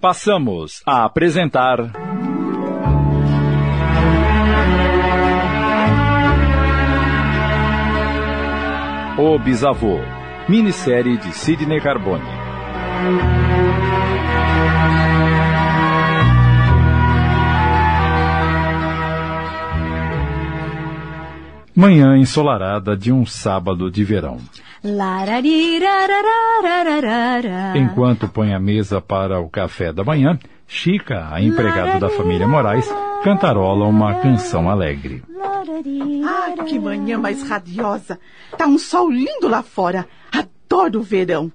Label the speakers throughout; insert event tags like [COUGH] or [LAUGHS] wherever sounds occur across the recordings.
Speaker 1: Passamos a apresentar. O Bisavô, minissérie de Sidney Carbone. Manhã ensolarada de um sábado de verão.
Speaker 2: Lararirarararararara.
Speaker 1: Enquanto põe a mesa para o café da manhã, Chica, a empregada da família Moraes, cantarola uma canção alegre.
Speaker 2: Larari-
Speaker 3: Ah, que manhã mais radiosa. Tá um sol lindo lá fora. Adoro o verão.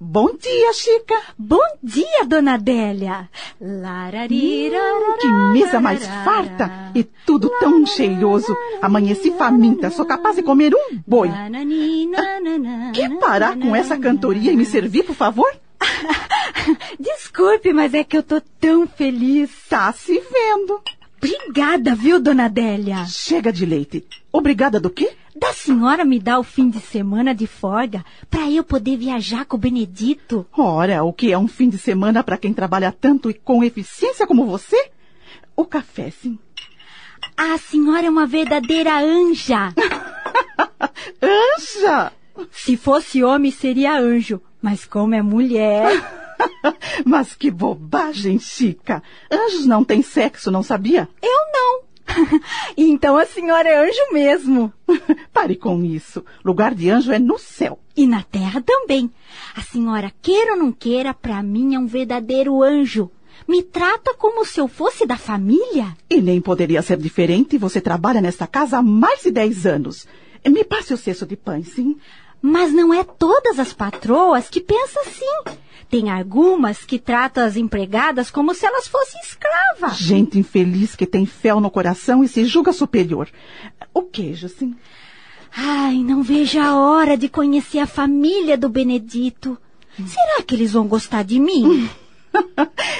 Speaker 3: Bom dia, Chica.
Speaker 2: Bom dia, dona Adélia. Lararirararara.
Speaker 3: Hum, Que mesa mais farta e tudo tão cheiroso. Amanheci faminta, sou capaz de comer um boi.
Speaker 2: Nananinanana.
Speaker 3: Quer parar com essa cantoria e me servir, por favor?
Speaker 2: [LAUGHS] Desculpe, mas é que eu tô tão feliz.
Speaker 3: Tá se vendo.
Speaker 2: Obrigada, viu, dona Adélia?
Speaker 3: Chega de leite. Obrigada do quê?
Speaker 2: Da senhora me dar o fim de semana de folga pra eu poder viajar com o Benedito.
Speaker 3: Ora, o que é um fim de semana para quem trabalha tanto e com eficiência como você? O café, sim.
Speaker 2: A senhora é uma verdadeira anja.
Speaker 3: [LAUGHS] Anja!
Speaker 2: Se fosse homem, seria anjo. Mas como é mulher.
Speaker 3: [LAUGHS] Mas que bobagem, Chica! Anjos não têm sexo, não sabia?
Speaker 2: Eu não. [LAUGHS] então a senhora é anjo mesmo.
Speaker 3: [LAUGHS] Pare com isso. Lugar de anjo é no céu.
Speaker 2: E na terra também. A senhora, queira ou não queira, pra mim é um verdadeiro anjo. Me trata como se eu fosse da família.
Speaker 3: E nem poderia ser diferente, você trabalha nesta casa há mais de 10 anos. Me passe o cesto de pães, sim?
Speaker 2: Mas não é todas as patroas que pensam assim. Tem algumas que tratam as empregadas como se elas fossem escravas.
Speaker 3: Gente infeliz que tem fel no coração e se julga superior. O queijo, sim?
Speaker 2: Ai, não vejo a hora de conhecer a família do Benedito. Será que eles vão gostar de mim?
Speaker 3: [LAUGHS]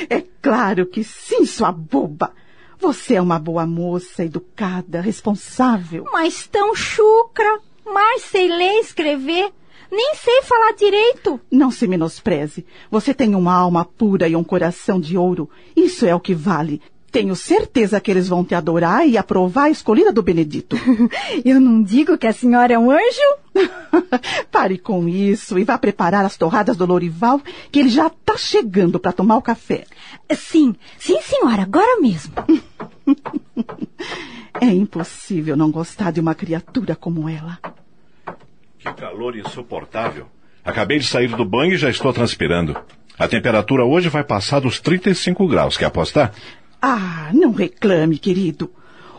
Speaker 3: É claro que sim, sua boba! Você é uma boa moça, educada, responsável.
Speaker 2: Mas tão chucra, mas sei ler e escrever, nem sei falar direito.
Speaker 3: Não se menospreze. Você tem uma alma pura e um coração de ouro. Isso é o que vale. Tenho certeza que eles vão te adorar e aprovar a escolhida do Benedito.
Speaker 2: [LAUGHS] Eu não digo que a senhora é um anjo?
Speaker 3: Pare com isso e vá preparar as torradas do Lorival, que ele já está chegando para tomar o café.
Speaker 2: Sim, sim, senhora, agora mesmo.
Speaker 3: [LAUGHS] É impossível não gostar de uma criatura como ela.
Speaker 4: Que calor insuportável. Acabei de sair do banho e já estou transpirando. A temperatura hoje vai passar dos 35 graus. Quer apostar?
Speaker 3: Ah, não reclame, querido.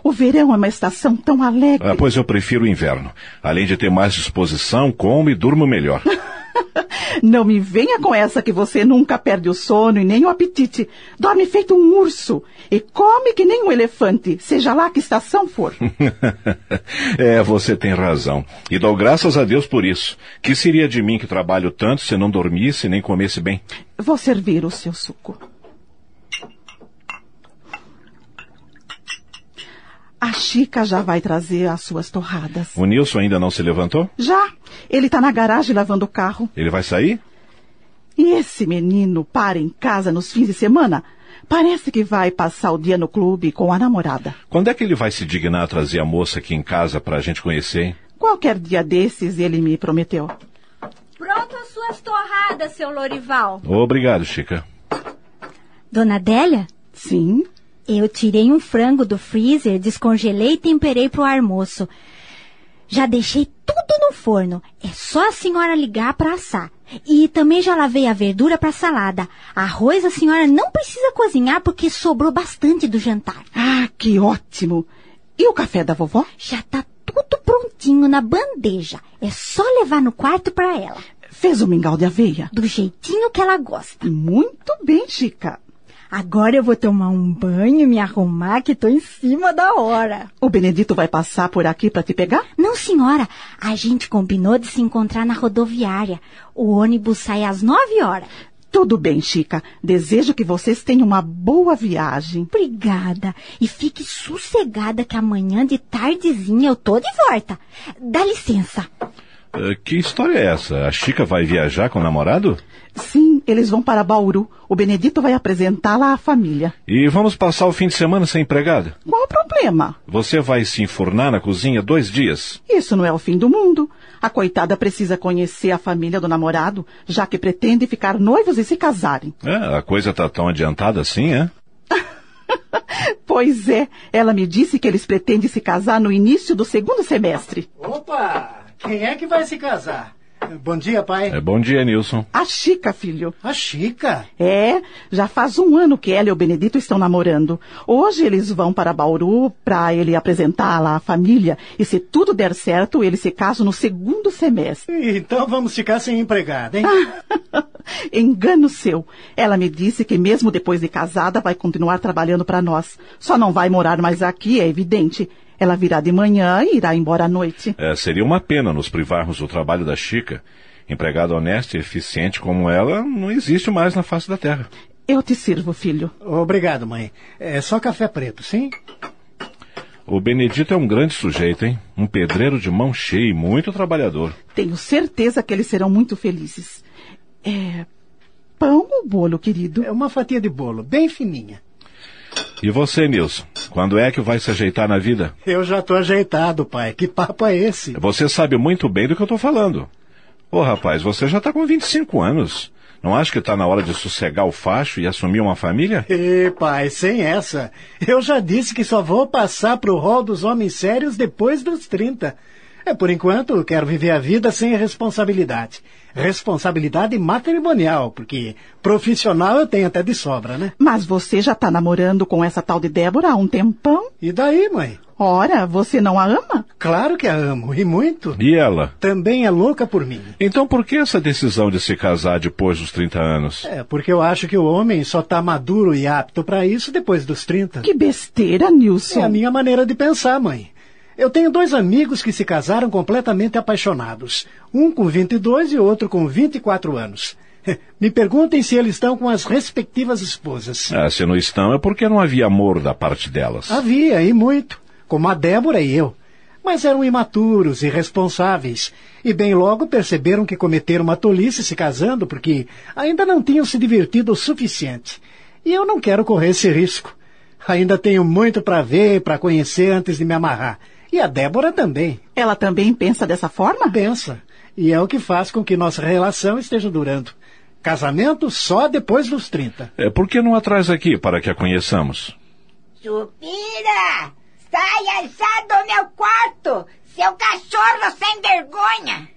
Speaker 3: O verão é uma estação tão alegre.
Speaker 4: Ah, pois eu prefiro o inverno. Além de ter mais disposição, como e durmo melhor. [LAUGHS]
Speaker 3: Não me venha com essa que você nunca perde o sono e nem o apetite. Dorme feito um urso e come que nem um elefante, seja lá que estação for.
Speaker 4: é, você tem razão. E dou graças a Deus por isso. Que seria de mim que trabalho tanto se não dormisse nem comesse bem?
Speaker 3: Vou servir o seu suco. A Chica já vai trazer as suas torradas.
Speaker 4: O Nilson ainda não se levantou?
Speaker 3: Já, ele está na garagem lavando o carro.
Speaker 4: Ele vai sair?
Speaker 3: E esse menino para em casa nos fins de semana? Parece que vai passar o dia no clube com a namorada.
Speaker 4: Quando é que ele vai se dignar a trazer a moça aqui em casa pra gente conhecer, hein?
Speaker 3: Qualquer dia desses ele me prometeu.
Speaker 2: Pronto as suas torradas, seu Lorival.
Speaker 4: Obrigado, Chica.
Speaker 2: Dona Adélia,
Speaker 3: Sim,
Speaker 2: eu tirei um frango do freezer, descongelei e temperei pro almoço. Já deixei tudo no forno. É só a senhora ligar pra assar. E também já lavei a verdura pra salada. Arroz a senhora não precisa cozinhar porque sobrou bastante do jantar.
Speaker 3: Ah, que ótimo! E o café da vovó?
Speaker 2: Já tá tudo prontinho na bandeja. É só levar no quarto pra ela,
Speaker 3: Fez o mingau de aveia?
Speaker 2: do jeitinho que ela gosta.
Speaker 3: Muito bem, Chica.
Speaker 2: Agora eu vou tomar um banho, me arrumar que tô em cima da hora.
Speaker 3: O Benedito vai passar por aqui para te pegar?
Speaker 2: Não, senhora, a gente combinou de se encontrar na rodoviária. O ônibus sai às nove horas.
Speaker 3: Tudo bem, Chica. Desejo que vocês tenham uma boa viagem.
Speaker 2: Obrigada. E fique sossegada que amanhã de tardezinha eu tô de volta. Dá licença.
Speaker 4: Ah, que história é essa? A Chica vai viajar com o namorado?
Speaker 3: Sim, eles vão para Bauru. O Benedito vai apresentá-la à família.
Speaker 4: E vamos passar o fim de semana sem empregada?
Speaker 3: Qual o problema?
Speaker 4: Você vai se enfurnar na cozinha dois dias.
Speaker 3: Isso não é o fim do mundo. A coitada precisa conhecer a família do namorado, já que pretende ficar noivos e se casarem.
Speaker 4: É, a coisa tá tão adiantada assim, é?
Speaker 3: Pois é, ela me disse que eles pretendem se casar no início do segundo semestre.
Speaker 5: Opa! Quem é que vai se casar? Bom dia, pai.
Speaker 4: é bom dia, Nilson.
Speaker 3: A Chica, filho.
Speaker 5: A Chica.
Speaker 3: É, já faz um ano que ela e o Benedito estão namorando. Hoje eles vão para Bauru para ele apresentá-la à família e se tudo der certo, eles se casam no segundo semestre.
Speaker 5: Então vamos ficar sem empregada, hein?
Speaker 4: Ah.
Speaker 3: Engano seu. Ela me disse que mesmo depois de casada vai continuar trabalhando para nós. Só não vai morar mais aqui, é evidente. Ela virá de manhã e irá embora à noite.
Speaker 4: É, seria uma pena nos privarmos do trabalho da Chica. Empregada honesta e eficiente como ela não existe mais na face da terra.
Speaker 3: Eu te sirvo, filho.
Speaker 5: Obrigado, mãe. É só café preto, sim?
Speaker 4: O Benedito é um grande sujeito, hein? Um pedreiro de mão cheia e muito trabalhador.
Speaker 3: Tenho certeza que eles serão muito felizes. É. Pão ou bolo, querido?
Speaker 5: É uma fatia de bolo, bem fininha.
Speaker 4: E você, Nilson? Quando é que vai se ajeitar na vida?
Speaker 5: Eu já tô ajeitado, pai. Que papo é esse?
Speaker 4: Você sabe muito bem do que eu tô falando. Ô, rapaz, você já tá com 25 anos. Não acha que tá na hora de sossegar o facho e assumir uma família?
Speaker 5: Ê, pai, é sem essa. Eu já disse que só vou passar pro rol dos homens sérios depois dos 30. É, por enquanto, quero viver a vida sem responsabilidade. Responsabilidade matrimonial, porque profissional eu tenho até de sobra, né?
Speaker 3: Mas você já tá namorando com essa tal de Débora há um tempão?
Speaker 5: E daí, mãe?
Speaker 3: Ora, você não a ama?
Speaker 5: Claro que a amo, e muito.
Speaker 4: E ela?
Speaker 5: Também é louca por mim.
Speaker 4: Então por que essa decisão de se casar depois dos 30 anos?
Speaker 5: É, porque eu acho que o homem só tá maduro e apto pra isso depois dos 30.
Speaker 3: Que besteira, Nilson.
Speaker 5: É a minha maneira de pensar, mãe. Eu tenho dois amigos que se casaram completamente apaixonados. Um com 22 e outro com 24 anos. [LAUGHS] Me perguntem se eles estão com as respectivas esposas.
Speaker 4: Ah, se não estão, é porque não havia amor da parte delas.
Speaker 5: Havia, e muito, como a Débora e eu. Mas eram imaturos, irresponsáveis, e bem logo perceberam que cometeram uma tolice se casando porque ainda não tinham se divertido o suficiente. E eu não quero correr esse risco. Ainda tenho muito para ver, para conhecer antes de me amarrar. E a Débora também.
Speaker 3: Ela também pensa dessa forma?
Speaker 5: Pensa. E é o que faz com que nossa relação esteja durando. Casamento só depois dos 30.
Speaker 4: É, por que não a traz aqui para que a conheçamos?
Speaker 6: Jupira! Saia já do meu quarto, seu cachorro sem vergonha!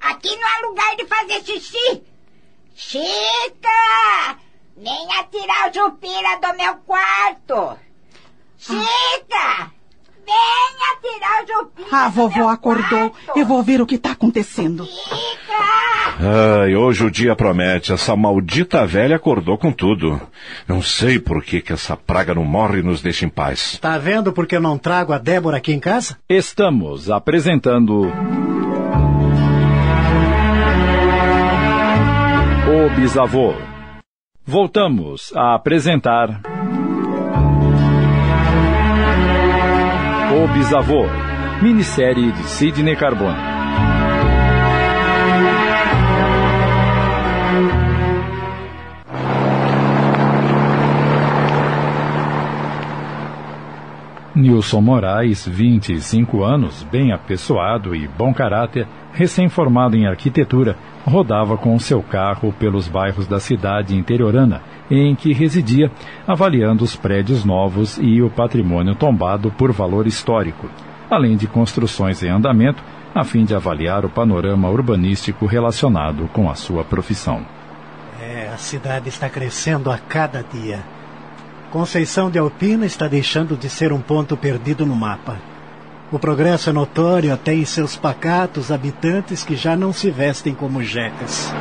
Speaker 6: Aqui não há lugar de fazer xixi! Chica! Venha tirar o Jupira do meu quarto! Chica! Venha tirar o Jupira!
Speaker 3: Ah,
Speaker 6: do meu
Speaker 3: vovó acordou.
Speaker 6: quarto.
Speaker 3: Eu vou ver o que tá acontecendo.
Speaker 6: Chica!
Speaker 4: Ai, hoje o dia promete. Essa maldita velha acordou com tudo. Não sei por que, que essa praga não morre e nos deixa em paz.
Speaker 5: Tá vendo porque eu não trago a Débora aqui em casa?
Speaker 1: Estamos apresentando. O Bisavô. Voltamos a apresentar. O Bisavô. Minissérie de Sidney Carbone. Nilson Moraes, 25 anos, bem apessoado e bom caráter, recém-formado em arquitetura, rodava com seu carro pelos bairros da cidade interiorana em que residia, avaliando os prédios novos e o patrimônio tombado por valor histórico, além de construções em andamento, a fim de avaliar o panorama urbanístico relacionado com a sua profissão.
Speaker 5: É, a cidade está crescendo a cada dia. Conceição de Alpina está deixando de ser um ponto perdido no mapa. O progresso é notório até em seus pacatos habitantes que já não se vestem como jecas.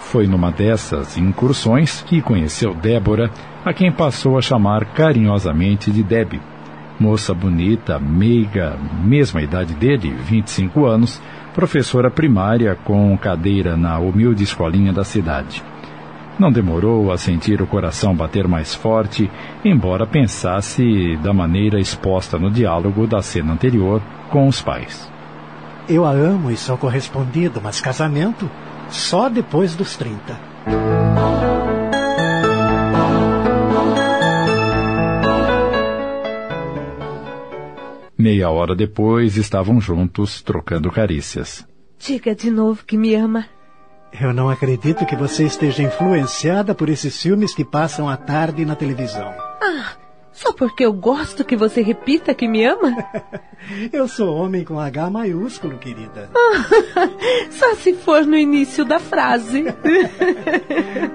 Speaker 1: Foi numa dessas incursões que conheceu Débora, a quem passou a chamar carinhosamente de Deb. Moça bonita, meiga, mesma idade dele, 25 anos, professora primária com cadeira na humilde escolinha da cidade. Não demorou a sentir o coração bater mais forte, embora pensasse da maneira exposta no diálogo da cena anterior com os pais.
Speaker 5: Eu a amo e sou correspondido, mas casamento só depois dos 30.
Speaker 1: Meia hora depois estavam juntos, trocando carícias.
Speaker 7: Diga de novo que me ama.
Speaker 5: Eu não acredito que você esteja influenciada por esses filmes que passam à tarde na televisão.
Speaker 7: Ah, só porque eu gosto que você repita que me ama? [LAUGHS]
Speaker 5: Eu sou homem com H maiúsculo, querida.
Speaker 7: só se for no início da [LAUGHS] frase.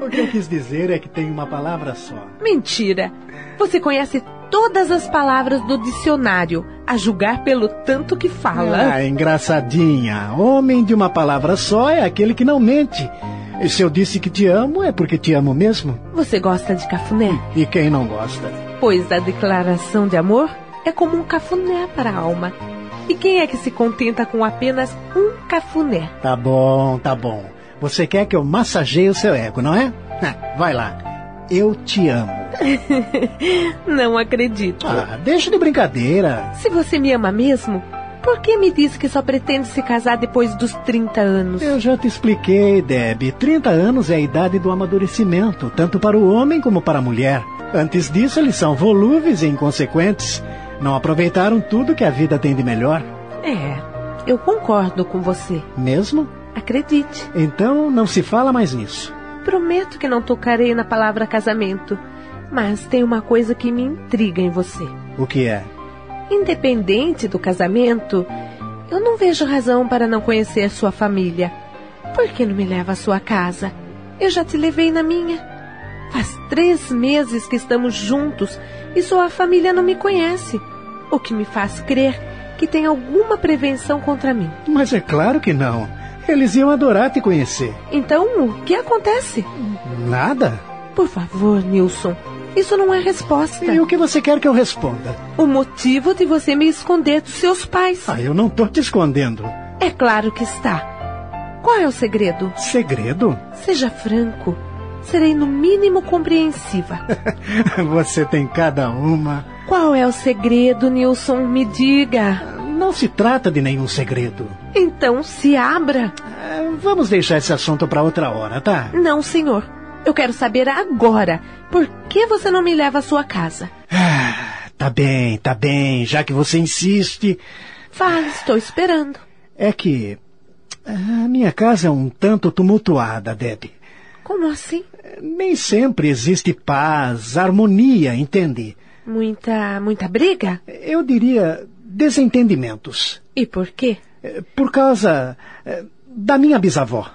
Speaker 5: O que eu quis dizer é que tem uma palavra só.
Speaker 7: Mentira! Você conhece todas as palavras do dicionário, a julgar pelo tanto que fala.
Speaker 5: Ah, engraçadinha. Homem de uma palavra só é aquele que não mente. E se eu disse que te amo, é porque te amo mesmo.
Speaker 7: Você gosta de cafuné?
Speaker 5: E quem não gosta?
Speaker 7: Pois a declaração de amor é como um cafuné para a alma. E quem é que se contenta com apenas um cafuné? [LAUGHS]
Speaker 5: Tá bom, tá bom. Você quer que eu massageie o seu ego, não é? Ah, Vai lá. Eu te amo.
Speaker 7: Não acredito.
Speaker 5: Ah, deixa de brincadeira.
Speaker 7: Se você me ama mesmo, por que me diz que só pretende se casar depois dos 30 anos?
Speaker 5: Eu já te expliquei, Deb. 30 anos é a idade do amadurecimento, tanto para o homem como para a mulher. Antes disso, eles são volúveis e inconsequentes. Não aproveitaram tudo que a vida tem de melhor.
Speaker 7: É, eu concordo com você.
Speaker 5: Mesmo?
Speaker 7: Acredite.
Speaker 5: Então não se fala mais nisso.
Speaker 7: Prometo que não tocarei na palavra casamento. Mas tem uma coisa que me intriga em você.
Speaker 5: O que é?
Speaker 7: Independente do casamento, eu não vejo razão para não conhecer sua família. Por que não me leva à sua casa? Eu já te levei na minha. Faz três meses que estamos juntos e sua família não me conhece. O que me faz crer que tem alguma prevenção contra mim.
Speaker 5: Mas é claro que não. Eles iam adorar te conhecer.
Speaker 7: Então, o que acontece?
Speaker 5: Nada?
Speaker 7: Por favor, Nilson, isso não é resposta.
Speaker 5: E o que você quer que eu responda?
Speaker 7: O motivo de você me esconder dos seus pais.
Speaker 5: Ah, eu não tô te escondendo.
Speaker 7: É claro que está. Qual é o segredo?
Speaker 5: Segredo? [LAUGHS]
Speaker 7: Seja franco. Serei no mínimo
Speaker 5: [LAUGHS]
Speaker 7: compreensiva.
Speaker 5: Você tem cada uma.
Speaker 7: Qual é o segredo, Nilson? Me diga.
Speaker 5: Não se trata de nenhum segredo.
Speaker 7: Então se abra.
Speaker 5: Ah, Vamos deixar esse assunto para outra hora, tá?
Speaker 7: Não, senhor. Eu quero saber agora. Por que você não me leva à sua casa?
Speaker 5: Ah, Tá bem, tá bem, já que você insiste.
Speaker 7: Fale, estou esperando.
Speaker 5: É que. A minha casa é um tanto tumultuada, Deb.
Speaker 7: Como assim?
Speaker 5: Nem sempre existe paz, harmonia, entende?
Speaker 7: Muita, muita briga?
Speaker 5: Eu diria desentendimentos.
Speaker 7: E por quê?
Speaker 5: Eh, Por causa eh, da minha bisavó.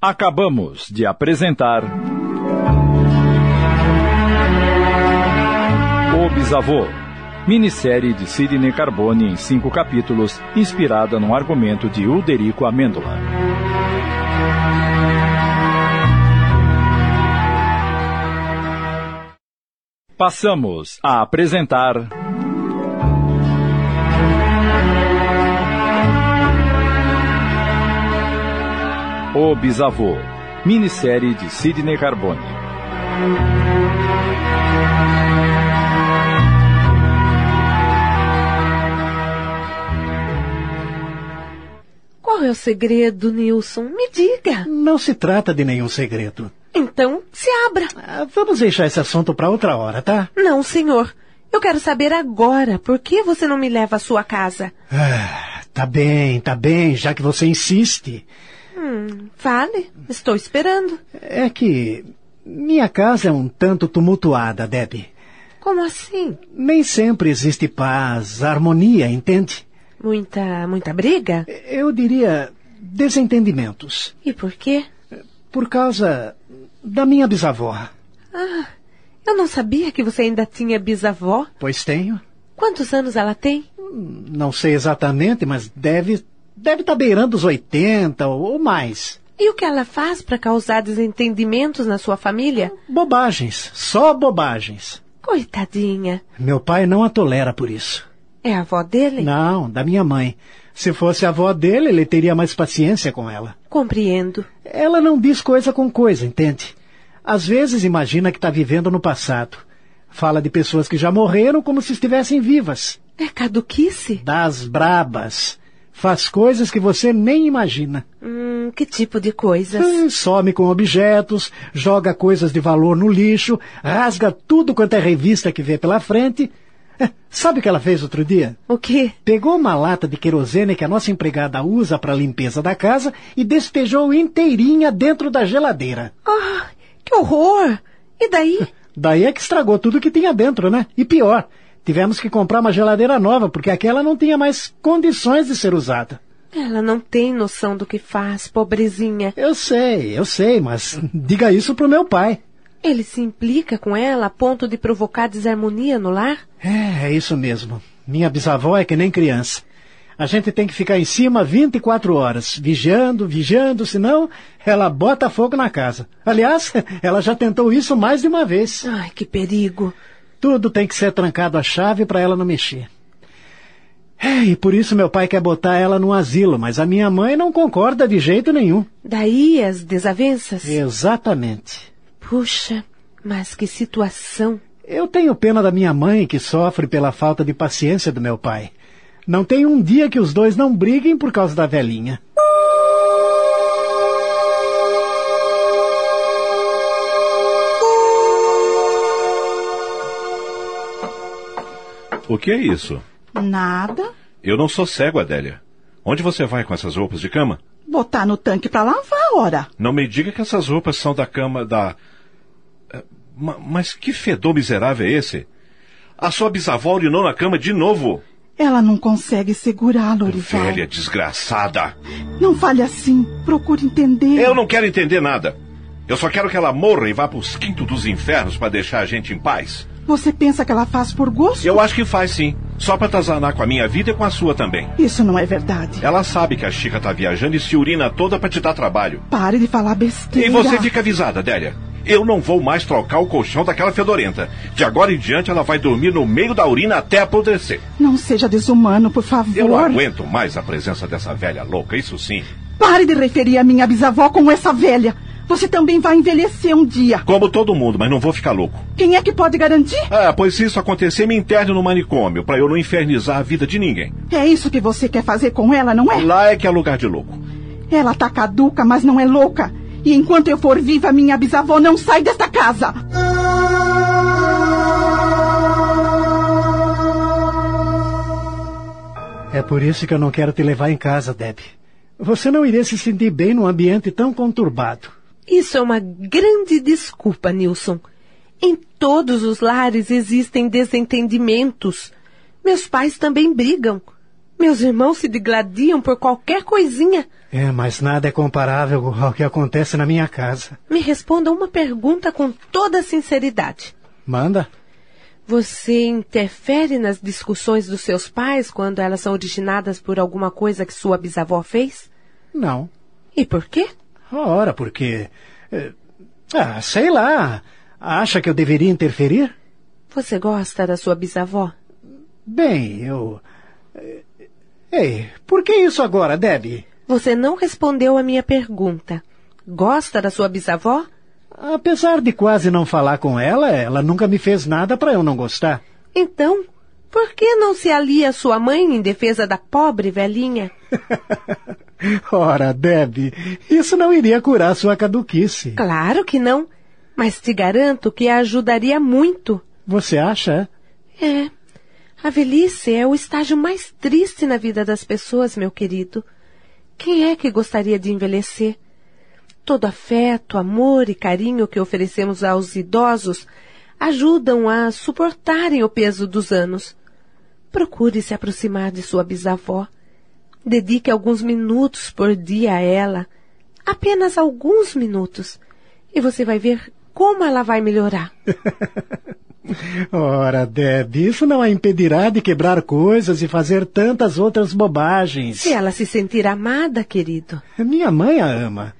Speaker 1: Acabamos de apresentar. O Bisavô. Minissérie de Sidney Carbone em cinco capítulos, inspirada no argumento de Uderico Amêndola. Passamos a apresentar. O Bisavô, minissérie de Sidney Carbone.
Speaker 7: Qual é o segredo, Nilson? Me diga.
Speaker 5: Não se trata de nenhum segredo.
Speaker 7: Então se abra.
Speaker 5: Ah, Vamos deixar esse assunto para outra hora, tá?
Speaker 7: Não, senhor. Eu quero saber agora por que você não me leva à sua casa.
Speaker 5: Ah, Tá bem, tá bem, já que você insiste.
Speaker 7: Hum, fale. Estou esperando.
Speaker 5: É que minha casa é um tanto tumultuada, Deb.
Speaker 7: Como assim?
Speaker 5: Nem sempre existe paz, harmonia, entende?
Speaker 7: Muita, muita briga?
Speaker 5: Eu diria desentendimentos.
Speaker 7: E por quê?
Speaker 5: Por causa da minha bisavó.
Speaker 7: Ah, eu não sabia que você ainda tinha bisavó.
Speaker 5: Pois tenho.
Speaker 7: Quantos anos ela tem?
Speaker 5: Não sei exatamente, mas deve deve estar beirando os 80 ou, ou mais.
Speaker 7: E o que ela faz para causar desentendimentos na sua família?
Speaker 5: Bobagens, só bobagens.
Speaker 7: Coitadinha.
Speaker 5: Meu pai não a tolera por isso.
Speaker 7: É a avó dele?
Speaker 5: Não, da minha mãe. Se fosse a avó dele, ele teria mais paciência com ela.
Speaker 7: Compreendo.
Speaker 5: Ela não diz coisa com coisa, entende? Às vezes imagina que está vivendo no passado. Fala de pessoas que já morreram como se estivessem vivas.
Speaker 7: É caduquice?
Speaker 5: Das brabas. Faz coisas que você nem imagina.
Speaker 7: Hum, que tipo de coisas?
Speaker 5: Hum, Some com objetos, joga coisas de valor no lixo, rasga tudo quanto é revista que vê pela frente. É, Sabe o que ela fez outro dia?
Speaker 7: O quê?
Speaker 5: Pegou uma lata de querosene que a nossa empregada usa para a limpeza da casa e despejou inteirinha dentro da geladeira.
Speaker 7: Ah, que horror! E daí?
Speaker 5: Daí é que estragou tudo que tinha dentro, né? E pior, tivemos que comprar uma geladeira nova porque aquela não tinha mais condições de ser usada.
Speaker 7: Ela não tem noção do que faz, pobrezinha.
Speaker 5: Eu sei, eu sei, mas diga isso pro meu pai.
Speaker 7: Ele se implica com ela a ponto de provocar desarmonia no lar?
Speaker 5: É, é isso mesmo. Minha bisavó é que nem criança. A gente tem que ficar em cima 24 horas, vigiando, vigiando, senão ela bota fogo na casa. Aliás, [LAUGHS] ela já tentou isso mais de uma vez.
Speaker 7: Ai, que perigo.
Speaker 5: Tudo tem que ser trancado à chave para ela não mexer. É, e por isso meu pai quer botar ela num asilo, mas a minha mãe não concorda de jeito nenhum.
Speaker 7: Daí as desavenças?
Speaker 5: Exatamente.
Speaker 7: Puxa, mas que situação.
Speaker 5: Eu tenho pena da minha mãe que sofre pela falta de paciência do meu pai. Não tem um dia que os dois não briguem por causa da velhinha.
Speaker 4: O que é isso?
Speaker 3: Nada.
Speaker 4: Eu não sou cego, Adélia. Onde você vai com essas roupas de cama?
Speaker 3: Botar no tanque pra lavar, ora.
Speaker 4: Não me diga que essas roupas são da cama da. Eh, ma- Mas que fedor miserável é esse? A sua bisavó urinou na cama de novo.
Speaker 3: Ela não consegue segurar, Lorival.
Speaker 4: Velha desgraçada.
Speaker 3: Não fale assim. Procure entender.
Speaker 4: Eu não quero entender nada. Eu só quero que ela morra e vá pros quintos dos infernos para deixar a gente em paz.
Speaker 3: Você pensa que ela faz por gosto?
Speaker 4: Eu acho que faz sim. Só pra atazanar com a minha vida e com a sua também.
Speaker 3: Isso não é verdade.
Speaker 4: Ela sabe que a Chica tá viajando e se urina toda pra te dar trabalho.
Speaker 3: Pare de falar besteira.
Speaker 4: E você fica avisada, Délia. Eu não vou mais trocar o colchão daquela fedorenta. De agora em diante ela vai dormir no meio da urina até apodrecer.
Speaker 3: Não seja desumano, por favor.
Speaker 4: Eu não aguento mais a presença dessa velha louca, isso sim.
Speaker 3: Pare de referir a minha bisavó como essa velha. Você também vai envelhecer um dia.
Speaker 4: Como todo mundo, mas não vou ficar louco.
Speaker 3: Quem é que pode garantir?
Speaker 4: Ah, pois se isso acontecer, me interne no manicômio, pra eu não infernizar a vida de ninguém.
Speaker 3: É isso que você quer fazer com ela, não é?
Speaker 4: Lá é que é lugar de louco.
Speaker 3: Ela tá caduca, mas não é louca. E enquanto eu for viva, minha bisavó não sai desta casa.
Speaker 5: É por isso que eu não quero te levar em casa, Deb. Você não iria se sentir bem num ambiente tão conturbado.
Speaker 7: Isso é uma grande desculpa, Nilson. Em todos os lares existem desentendimentos. Meus pais também brigam. Meus irmãos se degladiam por qualquer coisinha.
Speaker 5: É, mas nada é comparável ao que acontece na minha casa.
Speaker 7: Me responda uma pergunta com toda sinceridade.
Speaker 5: Manda.
Speaker 7: Você interfere nas discussões dos seus pais quando elas são originadas por alguma coisa que sua bisavó fez?
Speaker 5: Não.
Speaker 7: E por quê?
Speaker 5: Ora, porque. eh, Ah, sei lá. Acha que eu deveria interferir?
Speaker 7: Você gosta da sua bisavó?
Speaker 5: Bem, eu. eh, Ei, por que isso agora, Debbie?
Speaker 7: Você não respondeu a minha pergunta. Gosta da sua bisavó?
Speaker 5: Apesar de quase não falar com ela, ela nunca me fez nada para eu não gostar.
Speaker 7: Então, por que não se alia sua mãe em defesa da pobre velhinha?
Speaker 5: Ora, Debbie, isso não iria curar sua caduquice.
Speaker 7: Claro que não, mas te garanto que a ajudaria muito.
Speaker 5: Você acha?
Speaker 7: É. A velhice é o estágio mais triste na vida das pessoas, meu querido. Quem é que gostaria de envelhecer? Todo afeto, amor e carinho que oferecemos aos idosos ajudam a suportarem o peso dos anos. Procure se aproximar de sua bisavó. Dedique alguns minutos por dia a ela. Apenas alguns minutos. E você vai ver como ela vai melhorar.
Speaker 5: Ora, Debbie, isso não a impedirá de quebrar coisas e fazer tantas outras bobagens.
Speaker 7: Se ela se sentir amada, querido.
Speaker 5: Minha mãe a ama.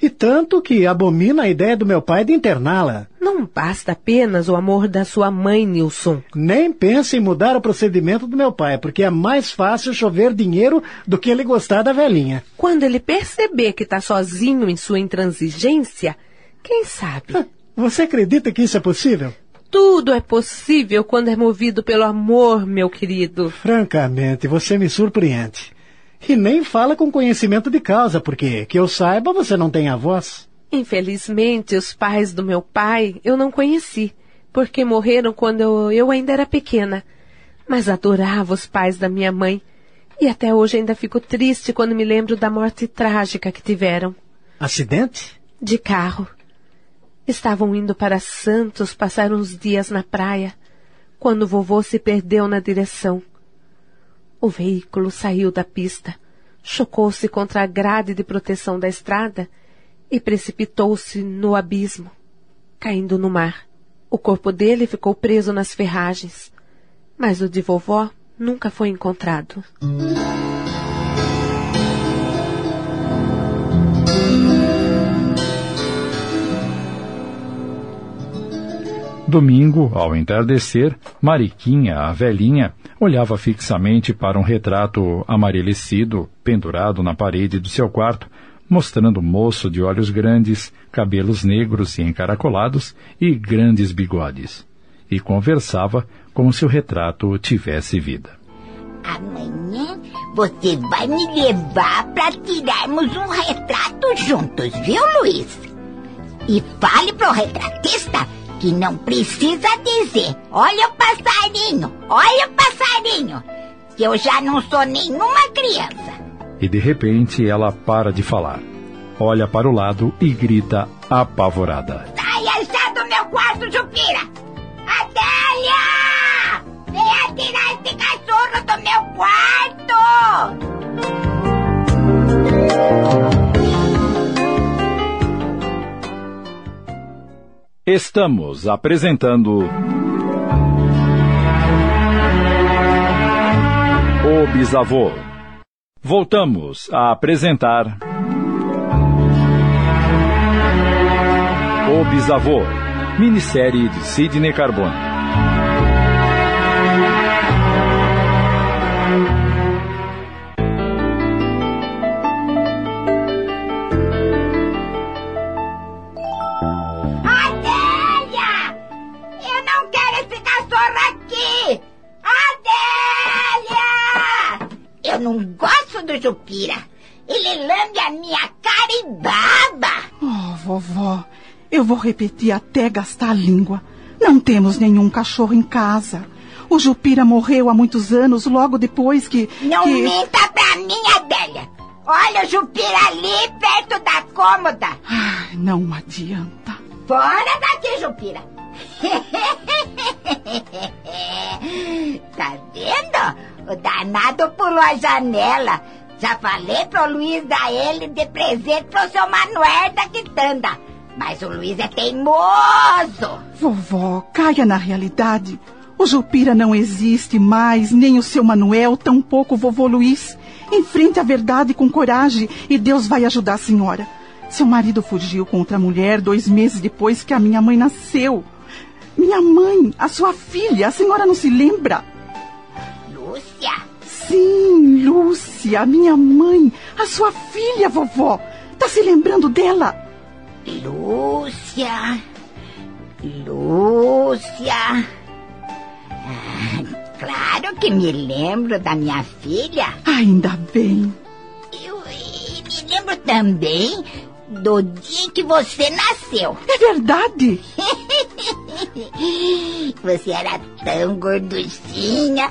Speaker 5: E tanto que abomina a ideia do meu pai de interná-la.
Speaker 7: Não basta apenas o amor da sua mãe, Nilson.
Speaker 5: Nem pensa em mudar o procedimento do meu pai, porque é mais fácil chover dinheiro do que ele gostar da velhinha.
Speaker 7: tá Quando ele perceber que está sozinho em sua intransigência, quem sabe?
Speaker 5: Você acredita que isso é possível?
Speaker 7: Tudo é possível quando é movido pelo amor, meu querido.
Speaker 5: Francamente, você me surpreende. E nem fala com conhecimento de causa, porque, que eu saiba, você não tem avós.
Speaker 7: Infelizmente, os pais do meu pai eu não conheci, porque morreram quando eu, eu ainda era pequena. Mas adorava os pais da minha mãe. E até hoje ainda fico triste quando me lembro da morte trágica que tiveram.
Speaker 5: Acidente?
Speaker 7: De carro. Estavam indo para Santos passar uns dias na praia, quando o vovô se perdeu na direção. O veículo saiu da pista, chocou-se contra a grade de proteção da estrada e precipitou-se no abismo, caindo no mar. O corpo dele ficou preso nas ferragens, mas o de vovó nunca foi encontrado.
Speaker 1: Domingo, ao entardecer, Mariquinha, a velhinha, olhava fixamente para um retrato amarelecido pendurado na parede do seu quarto, mostrando um moço de olhos grandes, cabelos negros e encaracolados e grandes bigodes. E conversava como se o retrato tivesse vida.
Speaker 6: Amanhã você vai me levar para tirarmos um retrato juntos, viu, Luiz? E fale pro retratista que não precisa dizer: olha o passarinho, olha o passarinho, que eu já não sou nenhuma criança.
Speaker 1: E de repente ela para de falar, olha para o lado e grita apavorada.
Speaker 6: Saia já do meu quarto, Jupira! Adélia! Venha tirar esse cachorro do meu quarto!
Speaker 1: Estamos apresentando. O Bisavô. Voltamos a apresentar. O Bisavô. Minissérie de Sidney Carbone.
Speaker 6: Adélia! Eu não quero esse cachorro aqui! Adélia! Eu não gosto do Jupira. Ele lambe a minha cara e baba.
Speaker 3: Oh, vovó, eu vou repetir até gastar a língua. Não temos nenhum cachorro em casa. O Jupira morreu há muitos anos, logo depois que.
Speaker 6: Não
Speaker 3: que...
Speaker 6: minta pra mim, Adélia. Olha o Jupira ali perto da cômoda.
Speaker 3: Ai, não adianta.
Speaker 6: Fora daqui, Jupira! [LAUGHS] tá vendo? O danado pulou a janela. Já falei pro Luiz dar ele de presente pro seu Manuel da Quitanda. Mas o Luiz é teimoso.
Speaker 3: Vovó, caia na realidade. O Jupira não existe mais, nem o seu Manuel, tampouco o vovô Luiz. Enfrente a verdade com coragem e Deus vai ajudar a senhora. Seu marido fugiu com outra mulher dois meses depois que a minha mãe nasceu. Minha mãe, a sua filha, a senhora não se lembra?
Speaker 6: Lúcia,
Speaker 3: Sim, Lúcia, minha mãe, a sua filha, vovó. Tá se lembrando dela?
Speaker 6: Lúcia, Lúcia. Ah, claro que me lembro da minha filha.
Speaker 3: Ainda bem.
Speaker 6: Eu eh, me lembro também do dia em que você nasceu.
Speaker 3: É verdade.
Speaker 6: [LAUGHS] Você era tão gorduchinha,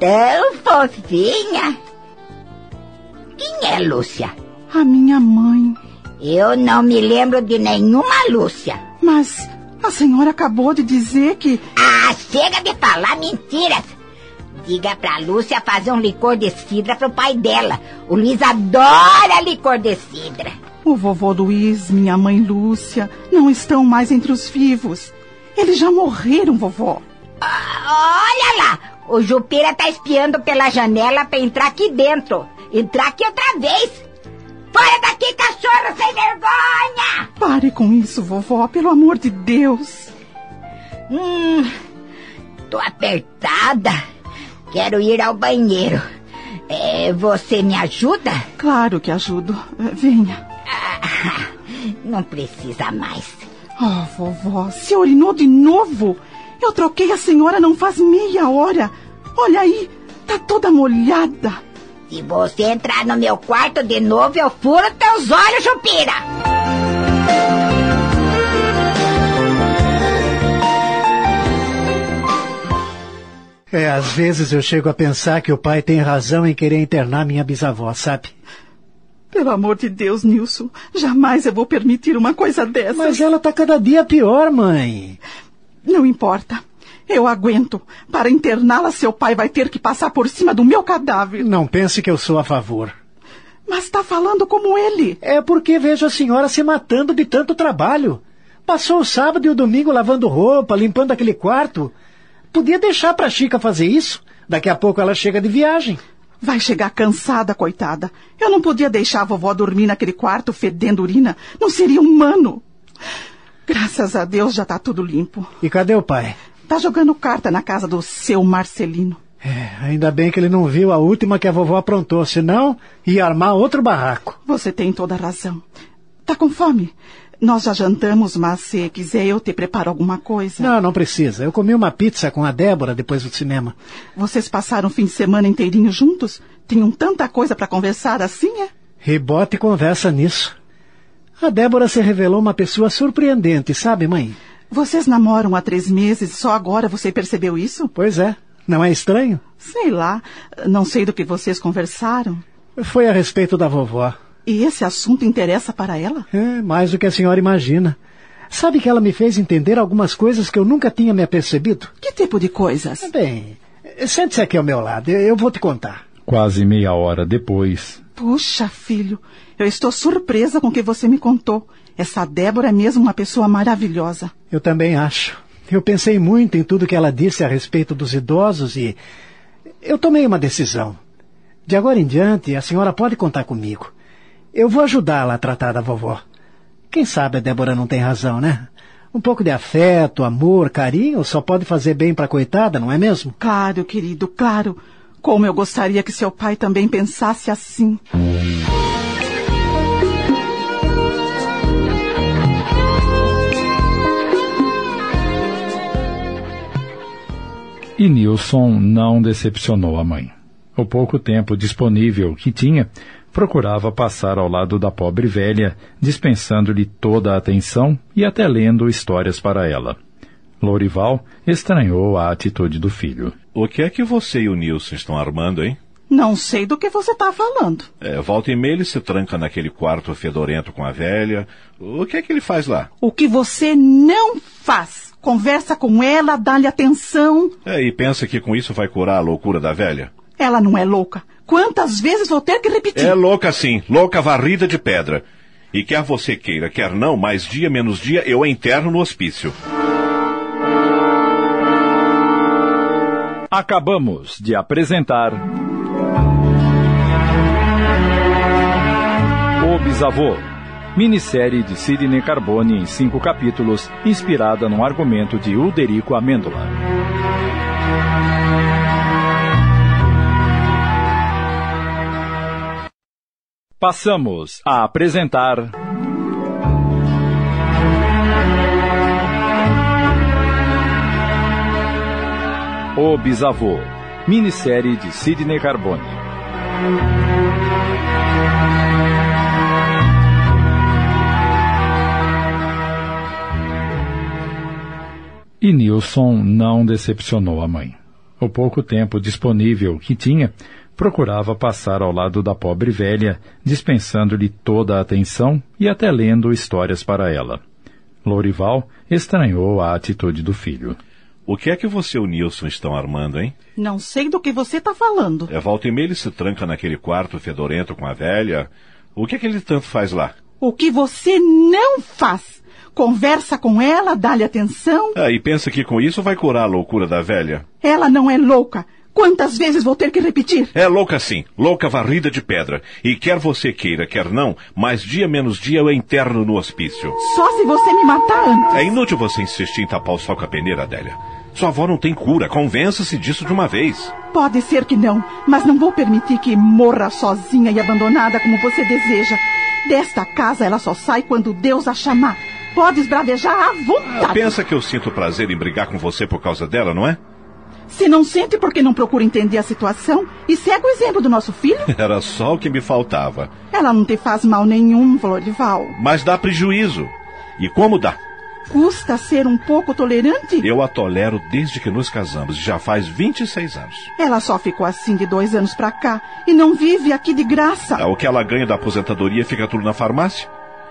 Speaker 6: tão fofinha. Quem é Lúcia?
Speaker 3: A minha mãe.
Speaker 6: Eu não me lembro de nenhuma Lúcia.
Speaker 3: Mas a senhora acabou de dizer que.
Speaker 6: Ah, chega de falar mentiras. Diga pra Lúcia fazer um licor de cidra pro pai dela. O Luiz adora licor de cidra.
Speaker 3: O vovô Luiz, minha mãe Lúcia, não estão mais entre os vivos. Eles já morreram, vovó.
Speaker 6: Ah, Olha lá, o Jupira tá espiando pela janela pra entrar aqui dentro. Entrar aqui outra vez. Fora daqui, cachorro sem vergonha!
Speaker 3: Pare com isso, vovó, pelo amor de Deus.
Speaker 6: Hum, tô apertada. Quero ir ao banheiro. É, você me ajuda?
Speaker 3: É, Claro que ajudo. Eh, Venha.
Speaker 6: Não Ah, precisa mais.
Speaker 3: Oh, vovó, se urinou de novo. Eu troquei a senhora não faz meia hora. Olha aí, tá toda molhada.
Speaker 6: Se você entrar no meu quarto de novo, eu furo teus olhos, Jupira!
Speaker 5: É, às vezes eu chego a pensar que o pai tem razão em querer internar minha bisavó, sabe?
Speaker 3: Pelo amor de Deus, Nilson, jamais eu vou permitir uma coisa dessas.
Speaker 5: Mas ela tá cada dia pior, mãe.
Speaker 3: Não importa. Eu aguento. Para interná-la, seu pai vai ter que passar por cima do meu cadáver.
Speaker 5: Não pense que eu sou a favor.
Speaker 3: Mas
Speaker 5: tá
Speaker 3: está falando como ele.
Speaker 5: É porque vejo a senhora se matando de tanto trabalho. Passou o sábado e o domingo lavando roupa, limpando aquele quarto. Podia deixar para Chica fazer isso. Daqui a pouco ela chega de viagem.
Speaker 3: Vai chegar cansada, coitada. Eu não podia deixar a vovó dormir naquele quarto fedendo urina. Não seria humano. Graças a Deus já está tudo limpo.
Speaker 5: E cadê o pai?
Speaker 3: Tá jogando carta na casa do seu Marcelino.
Speaker 5: É, ainda bem que ele não viu a última que a vovó aprontou, senão ia armar outro barraco.
Speaker 3: Você tem toda a razão. Tá com fome? Nós já jantamos, mas se quiser eu te preparo alguma coisa.
Speaker 5: Ah, Não, não precisa. Eu comi uma pizza com a Débora depois do cinema.
Speaker 3: Vocês passaram o fim de semana inteirinho juntos? Tinham tanta coisa para conversar assim, é?
Speaker 5: Rebote conversa nisso. A Débora se revelou uma pessoa surpreendente, sabe, mãe?
Speaker 3: Vocês namoram há três meses e só agora você percebeu isso?
Speaker 5: Pois é. Não é estranho?
Speaker 3: Sei lá. Não sei do que vocês conversaram.
Speaker 5: Foi a respeito da vovó.
Speaker 3: E esse assunto interessa para ela?
Speaker 5: É, mais do que a senhora imagina. Sabe que ela me fez entender algumas coisas que eu nunca tinha me apercebido?
Speaker 3: Que tipo de coisas?
Speaker 5: Bem, sente-se aqui ao meu lado. Eu vou te contar.
Speaker 1: Quase meia hora depois.
Speaker 3: Puxa, filho, eu estou surpresa com o que você me contou. Essa Débora é mesmo uma pessoa maravilhosa.
Speaker 5: Eu também acho. Eu pensei muito em tudo que ela disse a respeito dos idosos e eu tomei uma decisão. De agora em diante, a senhora pode contar comigo. Eu vou ajudá-la a tratar da vovó. Quem sabe a Débora não tem razão, né? Um pouco de afeto, amor, carinho só pode fazer bem para a coitada, não é mesmo?
Speaker 3: Claro, querido, claro. Como eu gostaria que seu pai também pensasse assim.
Speaker 1: E Nilson não decepcionou a mãe. O pouco tempo disponível que tinha, procurava passar ao lado da pobre velha, dispensando-lhe toda a atenção e até lendo histórias para ela. Lourival estranhou a atitude do filho.
Speaker 4: O que é que você e o Nilson estão armando, hein?
Speaker 3: Não sei do que você está falando.
Speaker 4: É, volta e meia ele se tranca naquele quarto fedorento com a velha. O que é que ele faz lá?
Speaker 3: O que você não faz? Conversa com ela, dá-lhe atenção.
Speaker 4: É, e pensa que com isso vai curar a loucura da velha?
Speaker 3: Ela não é louca. Quantas vezes vou ter que repetir?
Speaker 4: É louca sim, louca varrida de pedra. E quer você queira, quer não, mais dia menos dia eu a interno no hospício.
Speaker 1: Acabamos de apresentar. O Bisavô. Minissérie de Sidney Carbone em cinco capítulos, inspirada num argumento de Uderico Amêndola. Passamos a apresentar. O Bisavô, minissérie de Sidney Carbone. E Nilson não decepcionou a mãe. O pouco tempo disponível que tinha, procurava passar ao lado da pobre velha, dispensando-lhe toda a atenção e até lendo histórias para ela. Lourival estranhou a atitude do filho.
Speaker 4: O que é que você e o Nilson estão armando, hein?
Speaker 3: Não sei do que você está falando.
Speaker 4: É, volta e meia ele se tranca naquele quarto fedorento com a velha. O que é que ele tanto faz lá?
Speaker 3: O que você não faz? Conversa com ela, dá-lhe atenção.
Speaker 4: Ah, e pensa que com isso vai curar a loucura da velha?
Speaker 3: Ela não é louca. Quantas vezes vou ter que repetir?
Speaker 4: É louca sim, louca varrida de pedra. E quer você queira, quer não, mais dia menos dia eu a interno no hospício.
Speaker 3: Só se você me matar antes.
Speaker 4: É inútil você insistir em tapar o sol com a peneira, Adélia. Sua avó não tem cura, convença-se disso de uma vez.
Speaker 3: Pode ser que não, mas não vou permitir que morra sozinha e abandonada como você deseja. Desta casa ela só sai quando Deus a chamar. Podes bravejar à vontade.
Speaker 4: Ah, pensa que eu sinto prazer em brigar com você por causa dela, não é? [LAUGHS]
Speaker 3: Se não sente porque não procura entender a situação e segue o exemplo do nosso filho,
Speaker 4: Era só o que me faltava.
Speaker 3: ela não te faz mal nenhum, Florival.
Speaker 4: Mas dá prejuízo. E como dá?
Speaker 3: Custa ser um pouco tolerante?
Speaker 4: Eu a tolero desde que nos casamos, já faz 26 anos.
Speaker 3: Ela só ficou assim de dois anos pra cá e não vive aqui de graça.
Speaker 4: Ah, O que ela ganha da aposentadoria fica tudo na farmácia.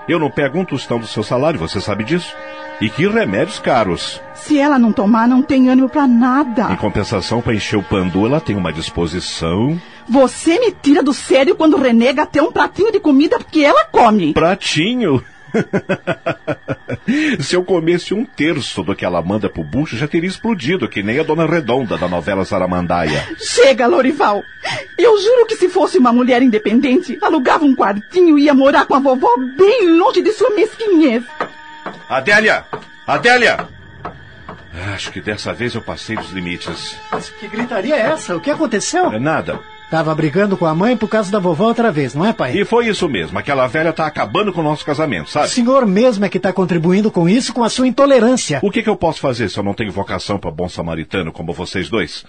Speaker 4: Eu não pego um tostão do seu salário, você sabe disso. E que remédios caros.
Speaker 3: Se ela não tomar, não tem ânimo pra nada.
Speaker 4: Em compensação, para encher o pandu, ela tem uma disposição. [LAUGHS]
Speaker 3: Você me tira do sério quando renega até um pratinho de comida porque ela come.
Speaker 4: Pratinho! Se eu comesse um terço do que ela manda pro bucho, já teria explodido, que nem a dona Redonda da novela Saramandaia.
Speaker 3: Chega, Lorival. Eu juro que se fosse uma mulher independente, alugava um quartinho e ia morar com a vovó bem longe de sua mesquinhez.
Speaker 4: Adélia! Adélia! Ah, Acho que dessa vez eu passei dos limites.
Speaker 5: Mas que gritaria é essa? O que aconteceu?
Speaker 4: É Nada.
Speaker 5: Tava brigando com a mãe por causa da vovó outra vez, não é, pai?
Speaker 4: E foi isso mesmo. Aquela velha tá acabando com o nosso casamento,
Speaker 5: O
Speaker 4: sabe?
Speaker 5: senhor mesmo é que tá contribuindo com isso, com a sua intolerância.
Speaker 4: O que, que eu posso fazer se eu não tenho vocação para bom samaritano como vocês dois?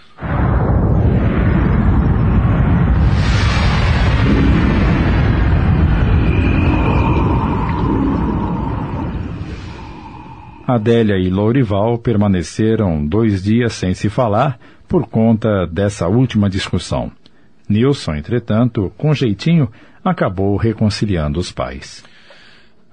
Speaker 1: Adélia e Lourival permaneceram dois dias sem se falar por conta dessa última discussão. Nilson, entretanto, com jeitinho, acabou reconciliando os pais.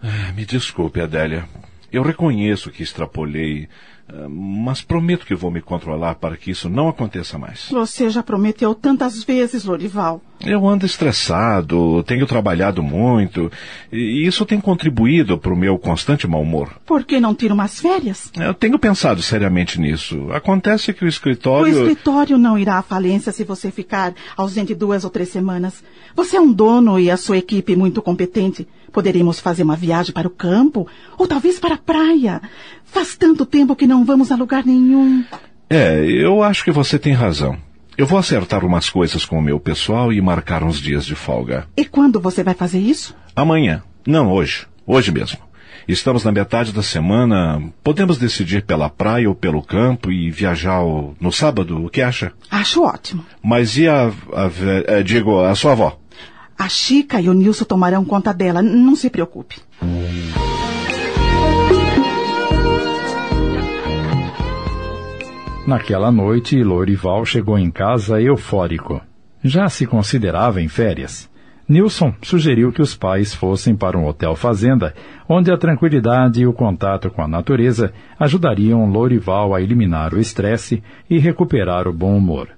Speaker 4: Ah, Me desculpe, Adélia. Eu reconheço que extrapolei, ah, mas prometo que vou me controlar para que isso não aconteça mais.
Speaker 3: Você já prometeu tantas vezes, Lorival.
Speaker 4: Eu ando estressado, tenho trabalhado muito, e isso tem contribuído para o meu constante mau humor.
Speaker 3: Por que não tira umas férias?
Speaker 4: Eu tenho pensado seriamente nisso. Acontece que o
Speaker 3: O
Speaker 4: escritório.
Speaker 3: escritório não irá à falência se você ficar ausente duas ou três semanas. Você é um dono e a sua equipe muito competente. Poderíamos fazer uma viagem para o campo ou talvez para a praia. Faz tanto tempo que não vamos a lugar nenhum.
Speaker 4: É, eu acho que você tem razão. Eu vou acertar umas coisas com o meu pessoal e marcar uns dias de folga.
Speaker 3: E quando você vai fazer isso?
Speaker 4: Amanhã. Não, hoje. Hoje mesmo. Estamos na metade da semana. Podemos decidir pela praia ou pelo campo e viajar ao- no sábado, o que acha?
Speaker 3: Acho ótimo.
Speaker 4: Mas e a, a ve- eh, digo, a sua avó?
Speaker 3: A Chica e o Nilson tomarão conta dela, n- não se preocupe.
Speaker 1: Naquela noite, Lourival chegou em casa eufórico. Já se considerava em férias. Nilson sugeriu que os pais fossem para um hotel fazenda, onde a tranquilidade e o contato com a natureza ajudariam Lourival a eliminar o estresse e recuperar o bom humor.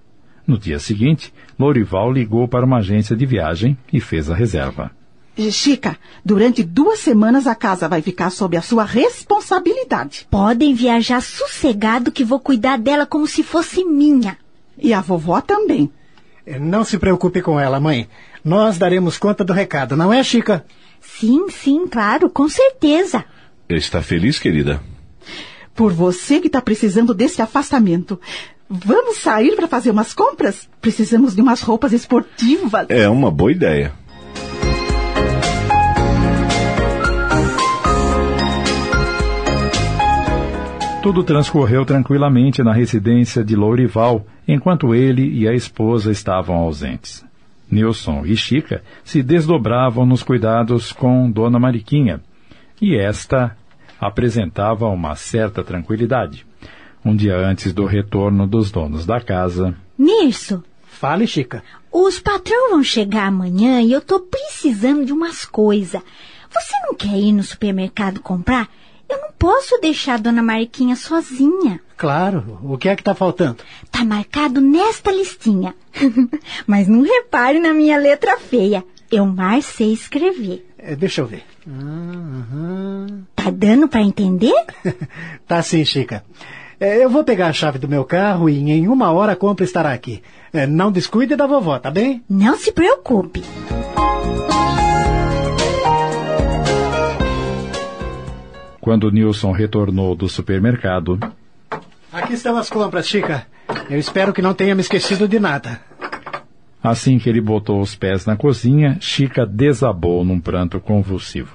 Speaker 1: No dia seguinte, Lourival ligou para uma agência de viagem e fez a reserva.
Speaker 3: E, Eh, Chica, durante duas semanas a casa vai ficar sob a sua responsabilidade.
Speaker 2: Podem viajar sossegado que vou cuidar dela como se fosse minha.
Speaker 3: E a vovó também.
Speaker 5: É, Não se preocupe com ela, mãe. Nós daremos conta do recado, não é, Chica?
Speaker 2: Sim, sim, claro, com certeza.
Speaker 4: Está feliz, querida?
Speaker 3: Por você que está precisando desse afastamento. Vamos sair para fazer umas compras? Precisamos de umas roupas esportivas.
Speaker 4: É uma boa ideia.
Speaker 1: Tudo transcorreu tranquilamente na residência de Lourival, enquanto ele e a esposa estavam ausentes. Nilson e Chica se desdobravam nos cuidados com Dona Mariquinha, e esta apresentava uma certa tranquilidade. Um dia antes do retorno dos donos da casa,
Speaker 2: Nirso,
Speaker 5: Fale, Chica.
Speaker 2: os patrão vão chegar amanhã e eu tô precisando de umas coisas. Você não quer ir no supermercado comprar? Eu não posso deixar a dona Marquinha sozinha.
Speaker 5: Claro. O que é que tá faltando?
Speaker 2: Tá marcado nesta listinha. [LAUGHS] Mas não repare na minha letra feia. Eu mar sei escrever.
Speaker 5: Eh, Deixa eu ver. Ah, aham.
Speaker 2: Tá dando pra entender?
Speaker 5: [LAUGHS] Tá sim, Chica. É, Eu vou pegar a chave do meu carro e em uma hora a compra estará aqui. É, Não descuide da vovó, tá bem?
Speaker 2: Não se preocupe.
Speaker 1: quando Nilson retornou do supermercado,
Speaker 5: Aqui estão as compras, Chica. Eu espero que não tenha me esquecido de nada.
Speaker 1: assim que ele botou os pés na
Speaker 8: Ah,
Speaker 1: cozinha, Chica desabou num pranto convulsivo.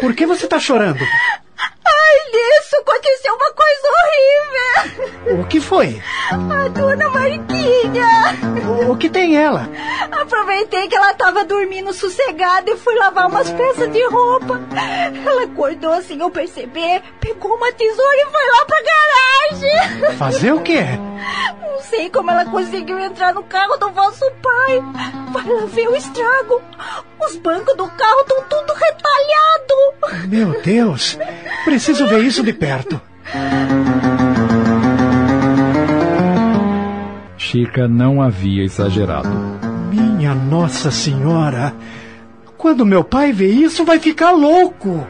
Speaker 5: Por que você tá chorando?
Speaker 8: Ai, isso aconteceu uma coisa horrível.
Speaker 5: O que foi?
Speaker 8: A dona Marquinha.
Speaker 5: O, o que tem ela?
Speaker 8: Aproveitei que ela estava dormindo sossegada e fui lavar umas peças de roupa. Ela acordou sem eu perceber, pegou uma tesoura e foi lá pra garagem.
Speaker 5: Fazer o quê?
Speaker 8: Não sei como ela conseguiu entrar no carro do vosso pai. Vai lá ver o estrago. Os bancos do carro estão tudo retalhado.
Speaker 5: Meu Deus, preciso ver isso de perto.
Speaker 1: Chica não havia exagerado.
Speaker 5: Minha Nossa Senhora! Quando meu pai vê isso, vai ficar louco!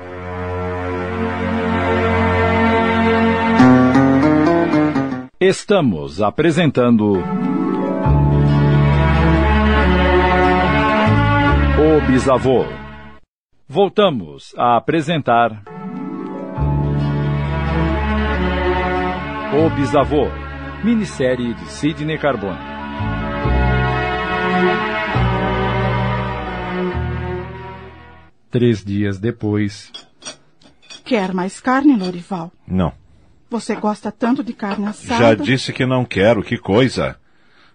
Speaker 1: Estamos apresentando. O Bisavô. Voltamos a apresentar. O Bisavô. Minissérie de Sidney Carbone. Três dias depois.
Speaker 3: Quer mais carne, Lorival?
Speaker 4: Não.
Speaker 3: Você gosta tanto de carne assada?
Speaker 4: Já disse que não quero, que coisa.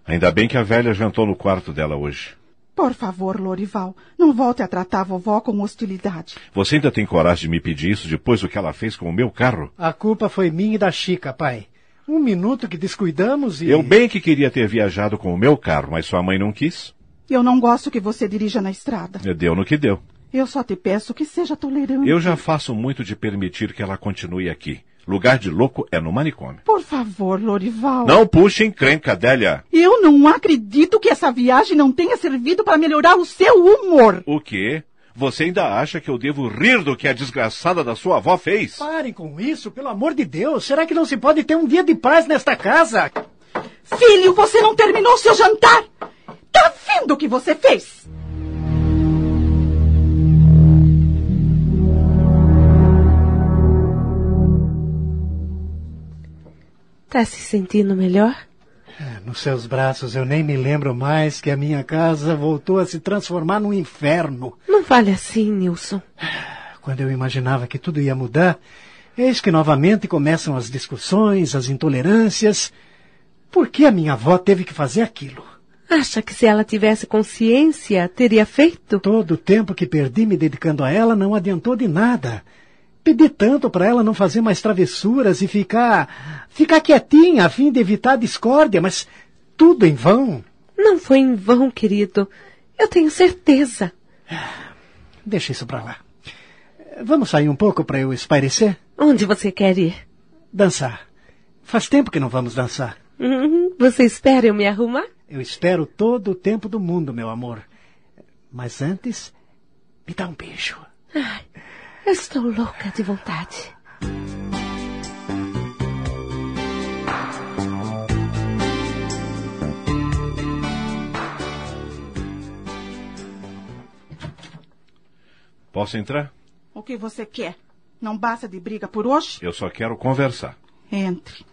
Speaker 4: Ainda bem que a velha jantou no quarto dela hoje.
Speaker 3: Por favor, Lorival, não volte a tratar a vovó com hostilidade.
Speaker 4: Você ainda tem coragem de me pedir isso depois do que ela fez com o meu carro?
Speaker 5: A culpa foi minha e da Chica, pai. Um minuto que descuidamos e.
Speaker 4: Eu bem que queria ter viajado com o meu carro, mas sua mãe não quis.
Speaker 3: Eu não gosto que você dirija na estrada.
Speaker 4: Deu no que deu.
Speaker 3: Eu só te peço que seja tolerante.
Speaker 4: Eu já faço muito de permitir que ela continue aqui. Lugar de louco é no manicômio.
Speaker 3: Por favor, Lorival.
Speaker 4: Não puxem encrenca, Délia.
Speaker 3: Eu não acredito que essa viagem não tenha servido para melhorar o seu humor.
Speaker 4: O quê? Você ainda acha que eu devo rir do que a desgraçada da sua avó fez?
Speaker 5: Parem com isso, pelo amor de Deus. Será que não se pode ter um dia de paz nesta casa?
Speaker 3: Filho, você não terminou seu jantar. Tá vendo o que você fez?
Speaker 7: Tá se sentindo melhor?
Speaker 5: É, Nos seus braços eu nem me lembro mais que a minha casa voltou a se transformar num inferno.
Speaker 7: Não fale assim, Nilson.
Speaker 5: Quando eu imaginava que tudo ia mudar, eis que novamente começam as discussões, as intolerâncias. Por que a minha avó teve que fazer aquilo?
Speaker 7: Acha que se ela tivesse consciência, teria feito?
Speaker 5: Todo o tempo que perdi me dedicando a ela não adiantou de nada. Pedi tanto para ela não fazer mais travessuras e ficar. ficar quietinha a fim de evitar discórdia, mas tudo em vão.
Speaker 7: Não foi em vão, querido. Eu tenho certeza.
Speaker 5: Deixa isso para lá. Vamos sair um pouco para eu espairecer?
Speaker 7: Onde você quer ir?
Speaker 5: Dançar. Faz tempo que não vamos dançar.
Speaker 7: Hum, Você espera eu me arrumar?
Speaker 5: Eu espero todo o tempo do mundo, meu amor. Mas antes, me dá um beijo.
Speaker 7: Ai, eu estou louca de vontade.
Speaker 4: Posso entrar?
Speaker 3: O que você quer? Não basta de briga por hoje?
Speaker 4: Eu só quero conversar.
Speaker 3: Entre.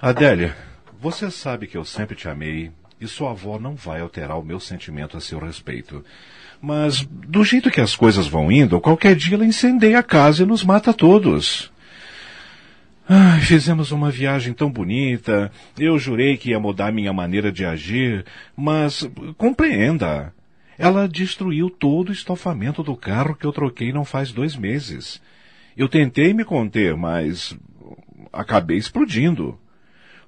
Speaker 4: Adélia, você sabe que eu sempre te amei e sua avó não vai alterar o meu sentimento a seu respeito. Mas, do jeito que as coisas vão indo, qualquer dia ela incendeia a casa e nos mata a todos. Ai, fizemos uma viagem tão bonita. Eu jurei que ia mudar minha maneira de agir, mas compreenda. Ela destruiu todo o estofamento do carro que eu troquei não faz dois meses. Eu tentei me conter, mas acabei explodindo.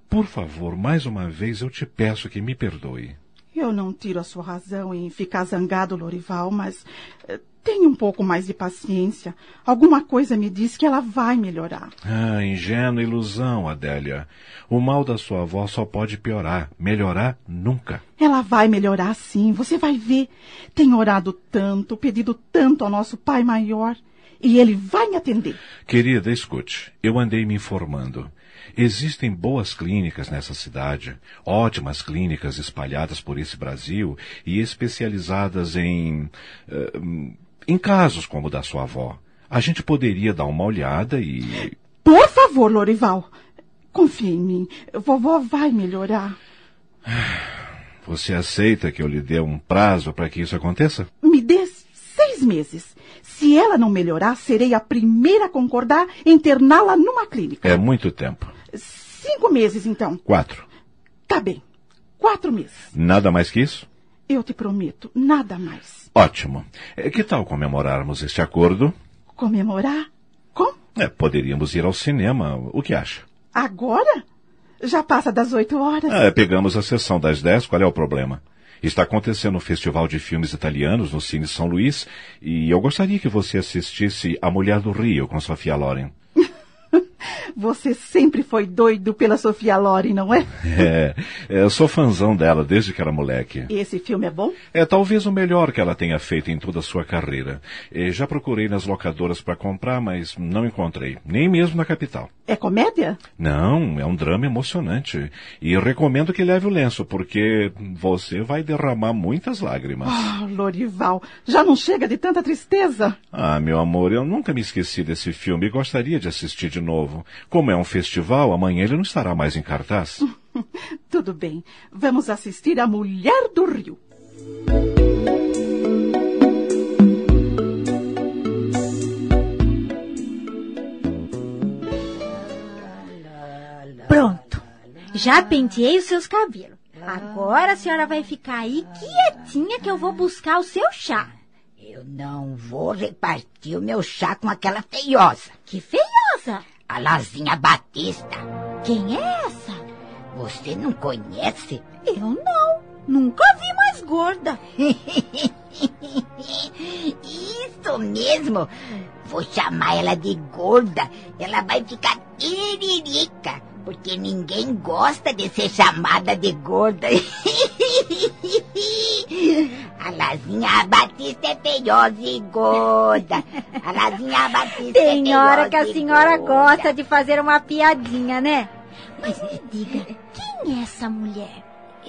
Speaker 4: Por favor, mais uma vez eu te peço que me perdoe.
Speaker 3: Eu não tiro a sua razão em ficar zangado, Lorival, mas eh, tenha um pouco mais de paciência. Alguma coisa me diz que ela vai melhorar.
Speaker 4: Ah, ingênua ilusão, Adélia. O mal da sua avó só pode piorar, melhorar nunca.
Speaker 3: Ela vai melhorar sim, você vai ver. Tem orado tanto, pedido tanto ao nosso Pai Maior. E ele vai me atender.
Speaker 4: Querida, escute, eu andei me informando. Existem boas clínicas nessa cidade, ótimas clínicas espalhadas por esse Brasil e especializadas em. eh, em casos como o da sua avó. A gente poderia dar uma olhada e.
Speaker 3: Por favor, Lorival, confie em mim. Vovó vai melhorar.
Speaker 4: Você aceita que eu lhe dê um prazo para que isso aconteça?
Speaker 3: Me dê seis seis meses. Se ela não melhorar, serei a primeira a concordar em interná-la numa clínica.
Speaker 4: É muito tempo.
Speaker 3: Cinco meses, então.
Speaker 4: Quatro.
Speaker 3: Tá bem. Quatro meses.
Speaker 4: Nada mais que isso?
Speaker 3: Eu te prometo, nada mais.
Speaker 4: Ótimo. Eh, Que tal comemorarmos este acordo?
Speaker 3: Comemorar? Como?
Speaker 4: É, poderíamos ir ao cinema. O que acha?
Speaker 3: Agora? Já passa das oito horas.
Speaker 4: Ah, pegamos a sessão das 10, qual é o problema? Está acontecendo um festival de filmes italianos no Cine São Luís e eu gostaria que você assistisse A Mulher do Rio com Sofia Loren.
Speaker 3: Você sempre foi doido pela Sofia Loren, não é?
Speaker 4: É, é, sou fãzão dela desde que era moleque.
Speaker 3: Esse filme é bom?
Speaker 4: É talvez o melhor que ela tenha feito em toda a sua carreira. Eh, já procurei nas locadoras para comprar, mas não encontrei, nem mesmo na capital.
Speaker 3: É comédia?
Speaker 4: Não, é um drama emocionante. E recomendo que leve o lenço, porque você vai derramar muitas lágrimas.
Speaker 3: Ah, Lorival, já não chega de tanta tristeza?
Speaker 4: Ah, meu amor, eu nunca me esqueci desse filme e gostaria de assistir de novo. Como é um festival, amanhã ele não estará mais em cartaz.
Speaker 3: Tudo bem, vamos assistir A Mulher do Rio.
Speaker 2: Pronto. Já penteei os seus cabelos. Agora a senhora vai ficar aí quietinha que eu vou buscar o seu chá.
Speaker 6: Eu não vou repartir o meu chá com aquela feiosa,
Speaker 2: Que feiosa!
Speaker 6: a Lazinha Batista.
Speaker 2: Quem é essa?
Speaker 6: Você não conhece?
Speaker 2: Eu não. Nunca vi mais gorda. [LAUGHS]
Speaker 6: [LAUGHS] Isso mesmo! Vou chamar ela de gorda. Ela vai ficar tiririca, porque ninguém gosta de ser chamada de gorda. [LAUGHS] A Lazinha Batista é feiosa e gorda. A Lazinha Batista é
Speaker 2: Tem hora que a
Speaker 6: feiosa e
Speaker 2: senhora
Speaker 6: gorda.
Speaker 2: gosta de fazer uma piadinha, né? Mas me diga, quem é essa mulher?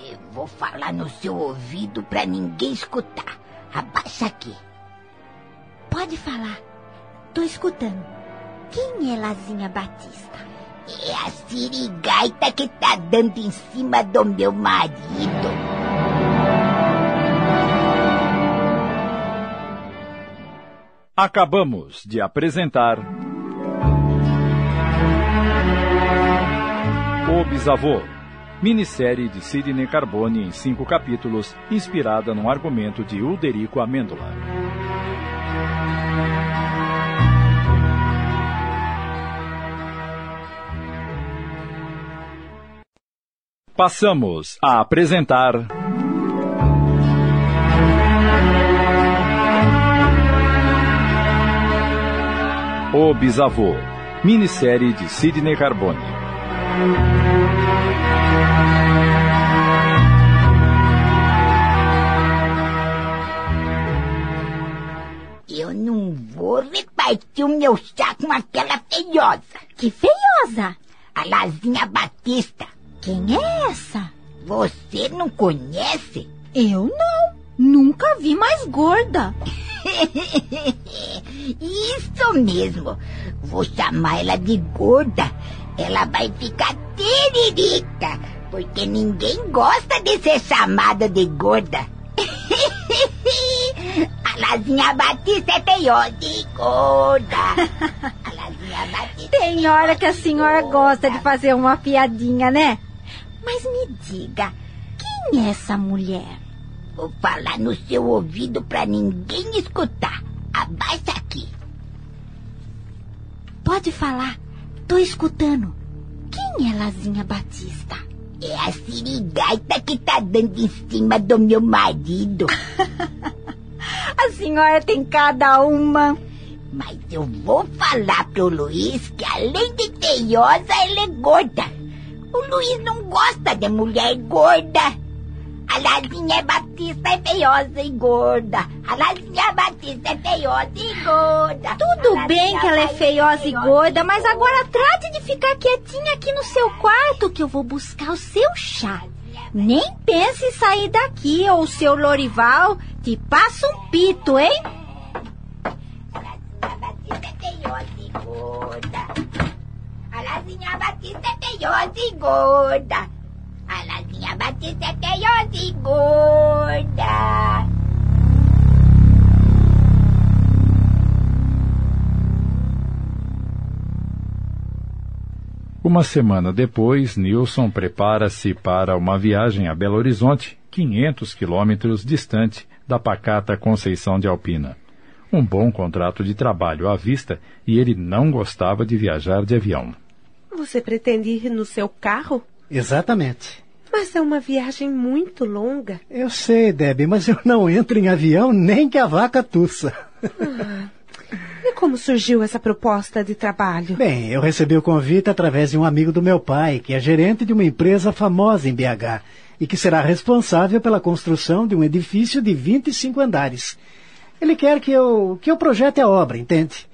Speaker 6: Eu vou falar no seu ouvido pra ninguém escutar. Abaixa aqui.
Speaker 2: Pode falar. Tô escutando. Quem é Lazinha Batista?
Speaker 6: É a sirigaita que tá dando em cima do meu marido.
Speaker 1: Acabamos de apresentar. O Bisavô, minissérie de Sidney Carbone em cinco capítulos, inspirada num argumento de Uderico Amêndola. Passamos a apresentar. O Bisavô, minissérie de Sidney Carbone.
Speaker 6: Eu não vou repartir o meu chá com aquela feiosa.
Speaker 2: Que feiosa!
Speaker 6: A Lazinha Batista.
Speaker 2: Quem é essa?
Speaker 6: Você não conhece?
Speaker 2: Eu não. Nunca vi mais gorda.
Speaker 6: [LAUGHS] Isso mesmo. Vou chamar ela de gorda. Ela vai ficar tiririca, porque ninguém gosta de ser chamada de gorda. [LAUGHS] A Lazinha Batista é feiosa e gorda. A Lazinha Batista é
Speaker 2: Tem hora que a senhora gosta de fazer uma piadinha, né?
Speaker 6: Mas me diga,
Speaker 2: Quem é essa mulher?
Speaker 6: vou falar no seu ouvido pra ninguém escutar. Abaixa aqui.
Speaker 2: Pode falar. Tô escutando. Quem é Lazinha Batista?
Speaker 6: É a sirigaita que tá dando em cima do meu marido.
Speaker 2: A senhora tem cada uma.
Speaker 6: Mas eu vou falar pro Luiz que além de teiosa, ela é gorda. O Luiz não gosta de mulher gorda. A Lazinha Batista é feiosa e gorda. A Lazinha Batista é feiosa e gorda.
Speaker 2: Tudo bem que ela é feiosa e gorda, mas agora trate de ficar quietinha aqui no seu quarto que eu vou buscar o seu chá. Nem pense em sair daqui, ou o seu Lorival te passa um pito, hein?
Speaker 6: A Batista é feiosa e gorda. A Lazinha Batista é feiosa e gorda. A Lazinha Batista é feiosa e gorda.
Speaker 1: Uma semana depois, Nilson prepara-se para uma viagem a Belo Horizonte, 500 quilômetros distante da pacata Conceição de Alpina. Um bom contrato de trabalho à vista e ele não gostava de viajar de avião.
Speaker 7: Você pretende ir no seu carro?
Speaker 5: Exatamente.
Speaker 7: Mas é uma viagem muito longa.
Speaker 5: Eu sei, Debbie, mas eu não entro em avião nem que a vaca tussa.
Speaker 7: E como surgiu essa proposta de trabalho?
Speaker 5: Bem, eu recebi o convite através de um amigo do meu pai, que é gerente de uma empresa famosa em BH e que será responsável pela construção de um edifício de 25 andares. Ele quer que eu, que eu projete a obra, entende?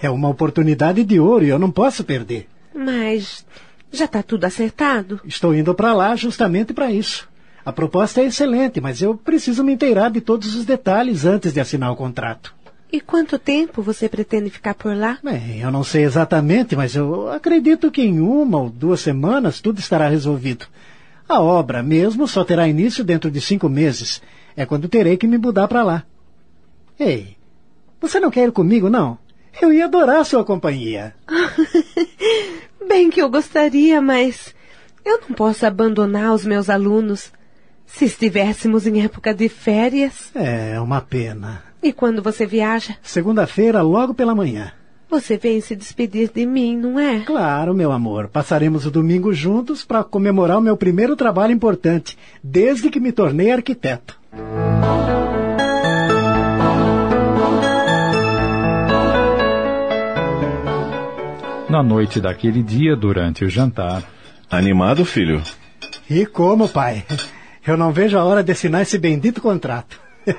Speaker 5: É uma oportunidade de ouro e eu não posso perder.
Speaker 7: Mas já está tudo acertado?
Speaker 5: Estou indo para lá justamente para isso. A proposta é excelente, mas eu preciso me inteirar de todos os detalhes antes de assinar o contrato.
Speaker 7: E quanto tempo você pretende ficar por lá?
Speaker 5: Bem, eu não sei exatamente, mas eu acredito que em uma ou duas semanas tudo estará resolvido. A obra mesmo só terá início dentro de cinco meses. É quando terei que me mudar para lá. Ei, você não quer ir comigo, não? Eu ia adorar a sua companhia.
Speaker 7: Bem que eu gostaria, mas eu não posso abandonar os meus alunos. Se estivéssemos em época de férias.
Speaker 5: É uma pena.
Speaker 7: E quando você viaja,
Speaker 5: Segunda-feira, logo pela manhã.
Speaker 7: você vem se despedir de mim, não é?
Speaker 5: Claro, meu amor. Passaremos o domingo juntos para comemorar o meu primeiro trabalho importante, desde que me tornei arquiteto.
Speaker 1: Na noite daquele dia, durante o jantar,
Speaker 4: Animado, filho?
Speaker 5: E como, pai? Eu não vejo a hora de assinar esse bendito contrato. [LAUGHS]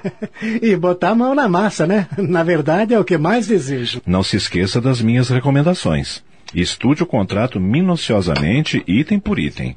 Speaker 5: e botar a mão na massa, né? Na verdade, é o que mais desejo.
Speaker 4: Não se esqueça das minhas recomendações. Estude o contrato minuciosamente, item por item.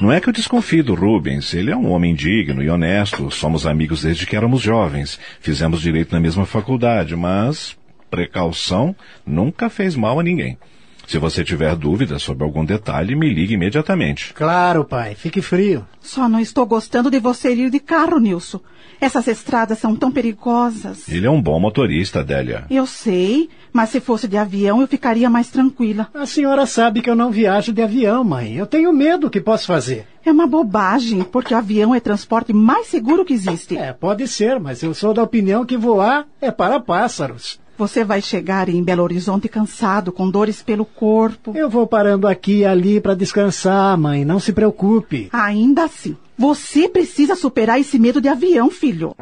Speaker 4: Não é que eu desconfie do Rubens, ele é um homem digno e honesto, somos amigos desde que éramos jovens, fizemos direito na mesma faculdade, mas precaução nunca fez mal a ninguém. Se você tiver dúvidas sobre algum detalhe, me ligue imediatamente.
Speaker 5: Claro, pai. Fique frio.
Speaker 3: Só não estou gostando de você ir de carro, Nilson. Essas estradas são tão perigosas.
Speaker 4: Ele é um bom motorista, Adélia.
Speaker 3: Eu sei, mas se fosse de avião eu ficaria mais tranquila.
Speaker 5: A senhora sabe que eu não viajo de avião, mãe. Eu tenho medo. O que posso fazer?
Speaker 3: É uma bobagem, porque avião é transporte mais seguro que existe.
Speaker 5: É, pode ser, mas eu sou da opinião que voar é para pássaros.
Speaker 3: Você vai chegar em Belo Horizonte cansado, com dores pelo corpo.
Speaker 5: Eu vou parando aqui e ali para descansar, mãe. Não se preocupe.
Speaker 3: Ainda assim, você precisa superar esse medo de avião, filho.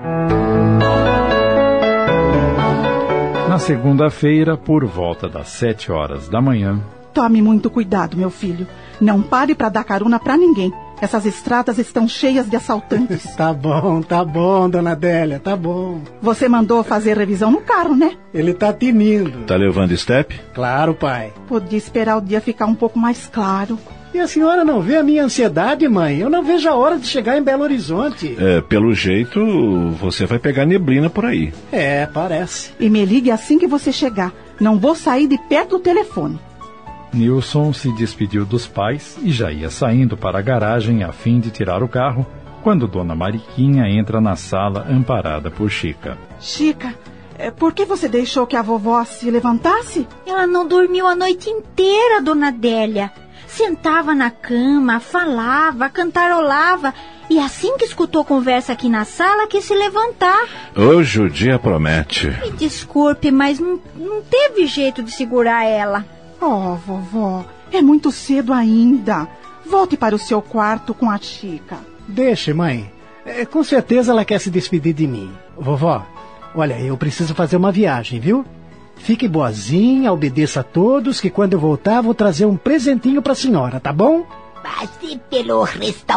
Speaker 1: na segunda-feira, por volta das sete horas da manhã,
Speaker 3: Tome muito cuidado, meu filho. Não pare para dar carona para ninguém. Essas estradas estão cheias de
Speaker 5: [LAUGHS]
Speaker 3: assaltantes.
Speaker 5: Tá bom, tá bom, dona Adélia, tá bom.
Speaker 3: Você mandou fazer revisão no carro, né?
Speaker 5: Ele tá tinindo.
Speaker 4: Tá levando step?
Speaker 5: Claro, pai.
Speaker 3: Podia esperar o dia ficar um pouco mais claro.
Speaker 5: E a senhora não vê a minha ansiedade, mãe? Eu não vejo a hora de chegar em Belo Horizonte.
Speaker 4: É, pelo jeito, você vai pegar neblina por aí.
Speaker 5: É, parece.
Speaker 3: E me ligue assim que você chegar. Não vou sair de perto do telefone.
Speaker 1: Nilson se despediu dos pais e já ia saindo para a garagem a fim de tirar o carro, quando Dona Mariquinha entra na sala amparada por Chica.
Speaker 3: Chica, eh, por que você deixou que a vovó se levantasse?
Speaker 2: Ela não dormiu a noite inteira, dona Adélia. Sentava na cama, falava, cantarolava. E assim que escutou conversa aqui na sala, quis se levantar.
Speaker 4: Hoje o dia promete.
Speaker 2: Me desculpe, mas não, não teve jeito de segurar ela.
Speaker 3: Oh, vovó, é muito cedo ainda. Volte para o seu quarto com a Chica.
Speaker 5: Deixe, mãe. É, com certeza ela quer se despedir de mim. Vovó, olha, eu preciso fazer uma viagem, viu? Fique boazinha, obedeça a todos, que quando eu voltar vou trazer um presentinho pra senhora, tá bom?
Speaker 6: Passe pelo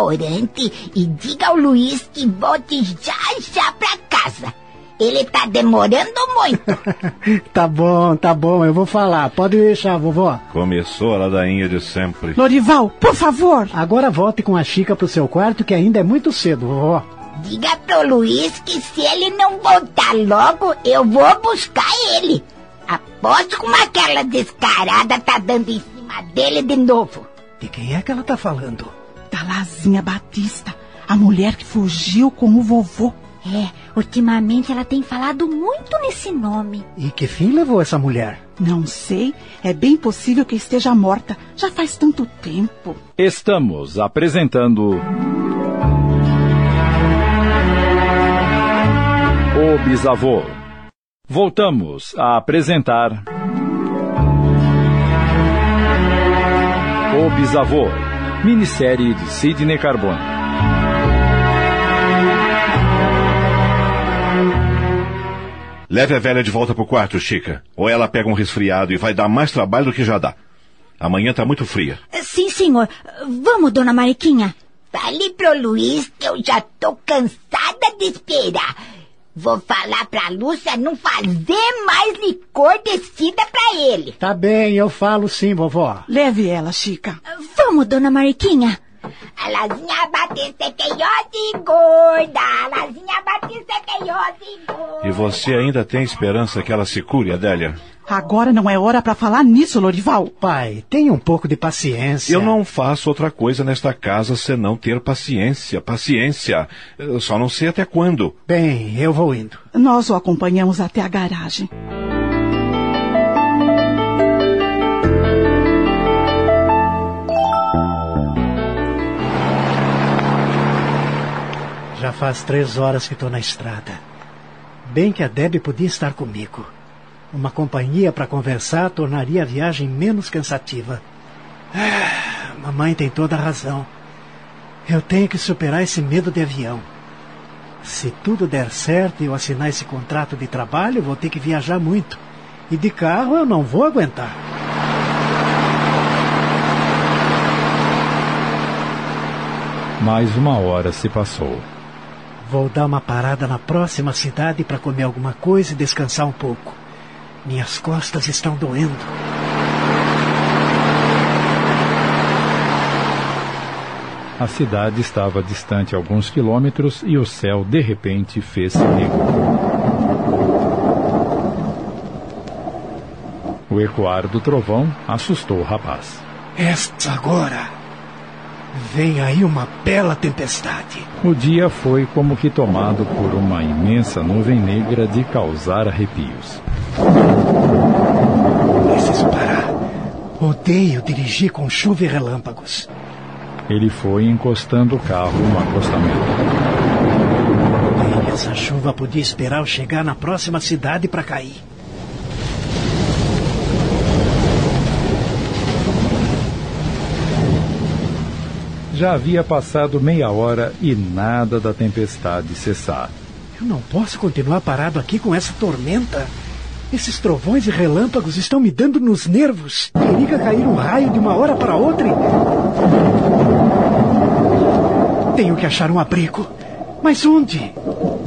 Speaker 6: restaurante e diga ao Luiz que volte já já pra casa. Ele tá demorando muito.
Speaker 5: [LAUGHS] tá bom, tá bom, eu vou falar. Pode deixar, vovó.
Speaker 4: Começou a ladainha de sempre.
Speaker 3: Lorival, por favor!
Speaker 5: Agora volte com a Chica pro seu quarto, que ainda é muito cedo, vovó.
Speaker 6: Diga pro Luiz que se ele não voltar logo, eu vou buscar ele. Aposto como aquela descarada tá dando em cima dele de novo.
Speaker 5: De quem é que ela tá falando?
Speaker 3: Da Lazinha Batista, a mulher que fugiu com o vovô.
Speaker 6: É,
Speaker 2: Ultimamente ela tem falado muito nesse nome.
Speaker 5: E que fim levou essa mulher?
Speaker 3: Não sei. É bem possível que esteja morta. Já faz tanto tempo.
Speaker 1: Estamos apresentando. O Bisavô. Voltamos a apresentar. O Bisavô. Minissérie de Sidney Carbone.
Speaker 4: Leve a velha de volta pro quarto, Chica. Ou ela pega um resfriado e vai dar mais trabalho do que já dá. Amanhã tá muito fria.
Speaker 2: Sim, senhor. Vamos, dona Mariquinha.
Speaker 6: Fale pro Luiz que eu já tô cansada de esperar. Vou falar pra Lúcia não fazer mais licor descida pra ele.
Speaker 5: Tá bem, eu falo sim, vovó.
Speaker 3: Leve ela, Chica.
Speaker 2: Vamos, dona Mariquinha.
Speaker 6: Alazinha Batista é feiosa e gorda. Alazinha Batista é feiosa e gorda.
Speaker 4: E você ainda tem esperança que ela se cure, Adélia?
Speaker 3: Agora não é hora pra falar nisso, Lorival.
Speaker 5: Pai, tenha um pouco de paciência.
Speaker 4: Eu não faço outra coisa nesta casa senão ter paciência, paciência. Eu só não sei até quando.
Speaker 5: Bem, eu vou indo.
Speaker 3: Nós o acompanhamos até a garagem.
Speaker 5: Já faz três horas que estou na estrada. Bem que a Deb podia estar comigo. Uma companhia para conversar tornaria a viagem menos cansativa. Ah, mamãe tem toda a razão. Eu tenho que superar esse medo de avião. Se tudo der certo e eu assinar esse contrato de trabalho, vou ter que viajar muito. E de carro eu não vou aguentar.
Speaker 1: Mais uma hora se passou.
Speaker 5: Vou dar uma parada na próxima cidade para comer alguma coisa e descansar um pouco. Minhas costas estão doendo.
Speaker 1: A cidade estava distante alguns quilômetros e o céu de repente fez-se negro. O ecoar do trovão assustou o rapaz.
Speaker 5: Esta agora. Vem aí uma bela tempestade.
Speaker 1: O dia foi como que tomado por uma imensa nuvem negra de causar arrepios.
Speaker 5: Preciso parar. Odeio dirigir com chuva e relâmpagos.
Speaker 1: Ele foi encostando o carro no acostamento.
Speaker 5: Bem, essa chuva podia esperar eu chegar na próxima cidade para cair.
Speaker 1: Já havia passado meia hora e nada da tempestade cessar.
Speaker 5: Eu não posso continuar parado aqui com essa tormenta. Esses trovões e relâmpagos estão me dando nos nervos. Periga cair um raio de uma hora para outra. e- Tenho que achar um abrigo. Mas onde?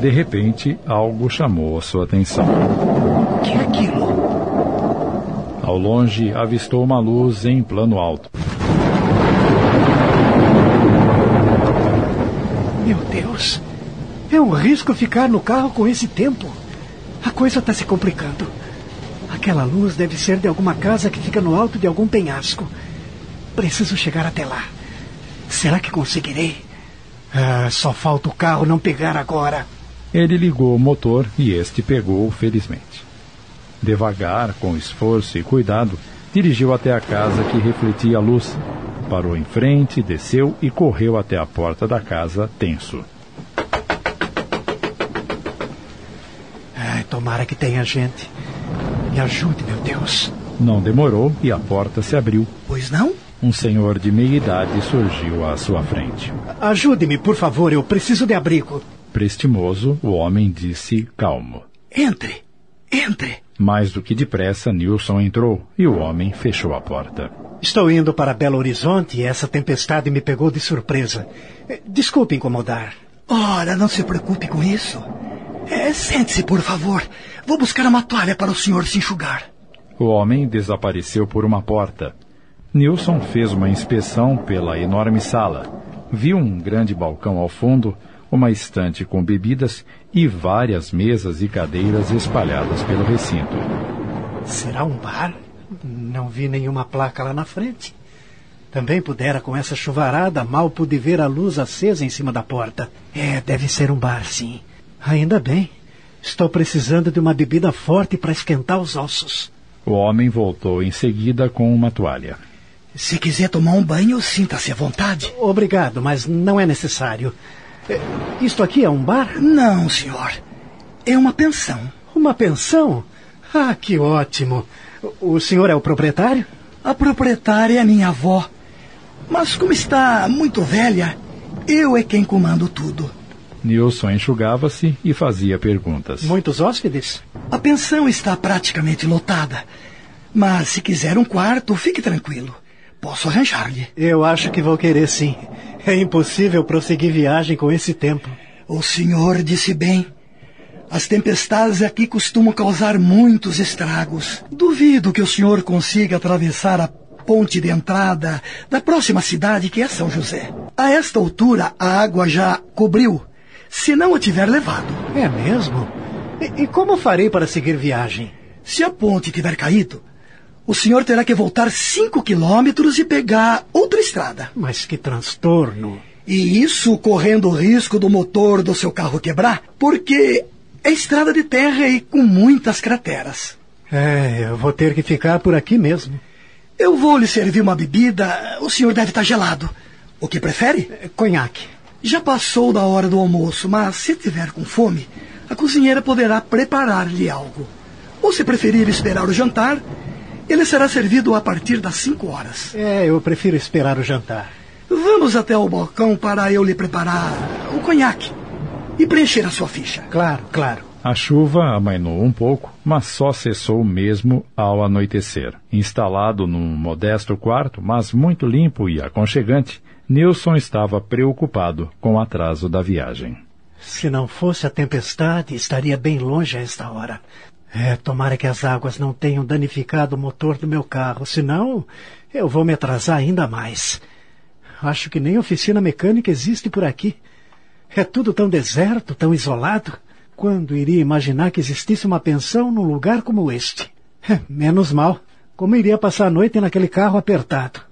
Speaker 1: De repente, algo chamou a sua atenção.
Speaker 5: O que é aquilo?
Speaker 1: Ao longe, avistou uma luz em plano alto.
Speaker 9: Oh,
Speaker 5: Meu Deus! É um risco ficar no carro com esse tempo. A coisa está se complicando. Aquela luz deve ser de alguma casa que fica no alto de algum penhasco. Preciso chegar até lá. Será que conseguirei? Ah, só falta o carro não pegar agora.
Speaker 1: Ele ligou o motor e este pegou, felizmente. Devagar, com esforço e cuidado, dirigiu até a casa que refletia a luz. Parou em frente, desceu e correu até a porta da casa, tenso.
Speaker 5: Ai, tomara que tenha gente. Me ajude, meu Deus.
Speaker 1: Não demorou e a porta se abriu.
Speaker 5: Pois não?
Speaker 1: Um senhor de meia idade surgiu à sua frente.
Speaker 5: Ajude-me, por favor, eu preciso de abrigo.
Speaker 1: Prestimoso, o homem disse calmo.
Speaker 5: Entre, entre.
Speaker 1: Mais do que depressa, Nilson entrou e o homem fechou a porta.
Speaker 5: Estou indo para Belo Horizonte e essa tempestade me pegou de surpresa. Eh, Desculpe incomodar. Ora, não se preocupe com isso.
Speaker 9: É,
Speaker 5: Sente-se, por favor. Vou buscar uma toalha para o senhor se enxugar.
Speaker 1: O homem desapareceu por uma porta. Nilson fez uma inspeção pela enorme sala. Viu um grande balcão ao fundo, uma estante com bebidas e várias mesas e cadeiras espalhadas pelo recinto.
Speaker 5: Será um bar? Não vi nenhuma placa lá na frente. Também pudera com essa chuvarada, mal pude ver a luz acesa em cima da porta. É, deve ser um bar, sim. Ainda bem. Estou precisando de uma bebida forte para esquentar os ossos.
Speaker 1: O homem voltou em seguida com uma toalha.
Speaker 9: Se quiser tomar um banho, sinta-se à vontade.
Speaker 5: Obrigado, mas não é necessário. É, Isto aqui é um bar?
Speaker 9: Não, senhor. É uma pensão.
Speaker 5: Uma pensão? Ah, que ótimo. O o senhor é o proprietário?
Speaker 9: A proprietária é minha avó. Mas como está muito velha, eu é quem comando tudo.
Speaker 1: Nilson enxugava-se e fazia perguntas.
Speaker 5: Muitos hóspedes?
Speaker 9: A pensão está praticamente lotada. Mas se quiser um quarto, fique tranquilo. Posso arranjar-lhe.
Speaker 5: Eu acho que vou querer sim. É impossível prosseguir viagem com esse tempo.
Speaker 9: O senhor disse bem. As tempestades aqui costumam causar muitos estragos. Duvido que o senhor consiga atravessar a ponte de entrada da próxima cidade, que é São José. A esta altura, a água já cobriu, se não o tiver levado.
Speaker 5: É mesmo? E, e como farei para seguir viagem?
Speaker 9: Se a ponte tiver caído, o senhor terá que voltar cinco quilômetros e pegar outra estrada.
Speaker 5: Mas que transtorno.
Speaker 9: E isso correndo o risco do motor do seu carro quebrar, porque é estrada de terra e com muitas crateras.
Speaker 5: É, eu vou ter que ficar por aqui mesmo.
Speaker 9: Eu vou lhe servir uma bebida, o senhor deve estar gelado. O que prefere?
Speaker 5: É, Conhaque.
Speaker 9: Já passou da hora do almoço, mas se tiver com fome, a cozinheira poderá preparar-lhe algo. Ou se preferir esperar o jantar, ele será servido a partir das cinco horas.
Speaker 5: É, eu prefiro esperar o jantar.
Speaker 9: Vamos até o balcão para eu lhe preparar o conhaque e preencher a sua ficha.
Speaker 5: Claro, claro.
Speaker 1: A chuva amainou um pouco, mas só cessou mesmo ao anoitecer. Instalado num modesto quarto, mas muito limpo e aconchegante, Nilson estava preocupado com o atraso da viagem.
Speaker 5: Se não fosse a tempestade, estaria bem longe a esta hora. É, tomara que as águas não tenham danificado o motor do meu carro, senão eu vou me atrasar ainda mais. Acho que nem oficina mecânica existe por aqui. É tudo tão deserto, tão isolado. Quando iria imaginar que existisse uma pensão num lugar como este? É, Menos mal. Como iria passar a noite naquele carro apertado?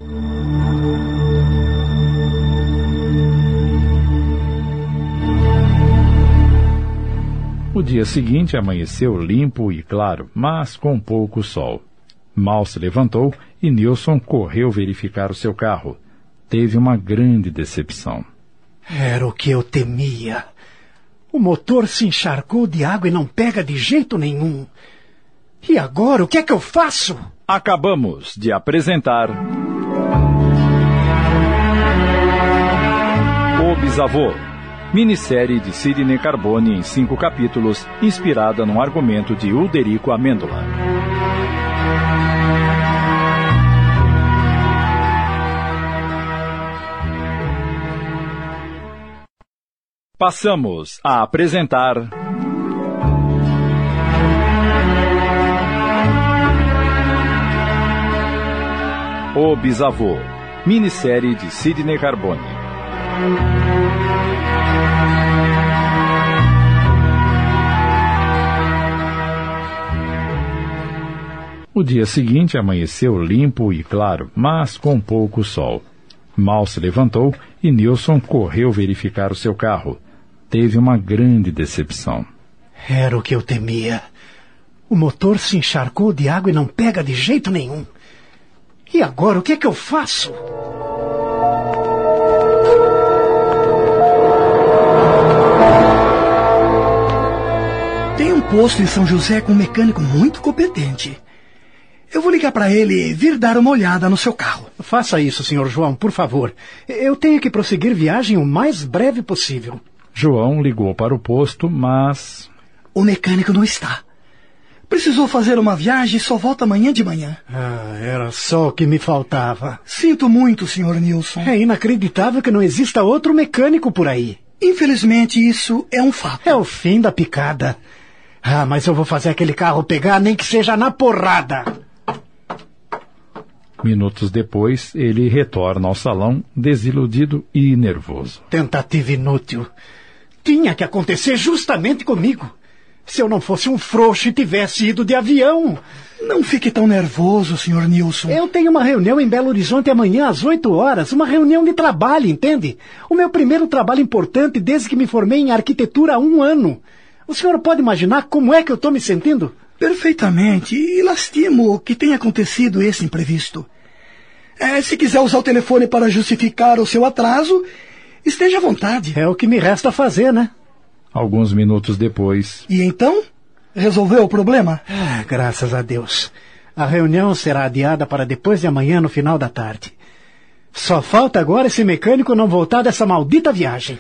Speaker 1: O dia seguinte amanheceu limpo e claro, mas com pouco sol. Mal se levantou e Nilson correu verificar o seu carro. Teve uma grande decepção.
Speaker 5: Era o que eu temia. O motor se encharcou de água e não pega de jeito nenhum. E agora, o que é que eu faço?
Speaker 1: Acabamos de apresentar. O Bisavô. Minissérie de Sidney Carbone em cinco capítulos, inspirada num argumento de Ulderico Amêndola. Passamos a apresentar. O Bisavô. Minissérie de Sidney Carbone. O dia seguinte amanheceu limpo e claro, mas com pouco sol. Mal se levantou e Nilson correu verificar o seu carro. Teve uma grande decepção.
Speaker 5: Era o que eu temia. O motor se encharcou de água e não pega de jeito nenhum. E agora, o que é que eu faço?
Speaker 9: Tem um posto em São José com um mecânico muito competente. Eu vou ligar para ele vir dar uma olhada no seu carro.
Speaker 5: Faça isso, senhor João, por favor. Eu tenho que prosseguir viagem o mais breve possível.
Speaker 1: João ligou para o posto, mas.
Speaker 9: O mecânico não está. Precisou fazer uma viagem e só volta amanhã de manhã.
Speaker 5: Ah, era só o que me faltava.
Speaker 9: Sinto muito, senhor Nilson.
Speaker 5: É inacreditável que não exista outro mecânico por aí.
Speaker 9: Infelizmente, isso é um fato.
Speaker 5: É o fim da picada. Ah, mas eu vou fazer aquele carro pegar, nem que seja na porrada.
Speaker 1: Minutos depois, ele retorna ao salão, desiludido e nervoso.
Speaker 5: Tentativa inútil. Tinha que acontecer justamente comigo. Se eu não fosse um frouxo e tivesse ido de avião.
Speaker 9: Não fique tão nervoso, Sr. Nilson.
Speaker 5: Eu tenho uma reunião em Belo Horizonte amanhã às 8 horas, uma reunião de trabalho, entende? O meu primeiro trabalho importante desde que me formei em arquitetura há um ano. O senhor pode imaginar como é que eu estou me sentindo?
Speaker 9: Perfeitamente. E lastimo que tenha acontecido esse imprevisto. É, se quiser usar o telefone para justificar o seu atraso, esteja à vontade.
Speaker 5: É o que me resta fazer, né?
Speaker 1: Alguns minutos depois,
Speaker 9: E então? Resolveu o problema?
Speaker 5: Ah, graças a Deus. A reunião será adiada para depois de amanhã, no final da tarde. Só falta agora esse mecânico não voltar dessa maldita viagem.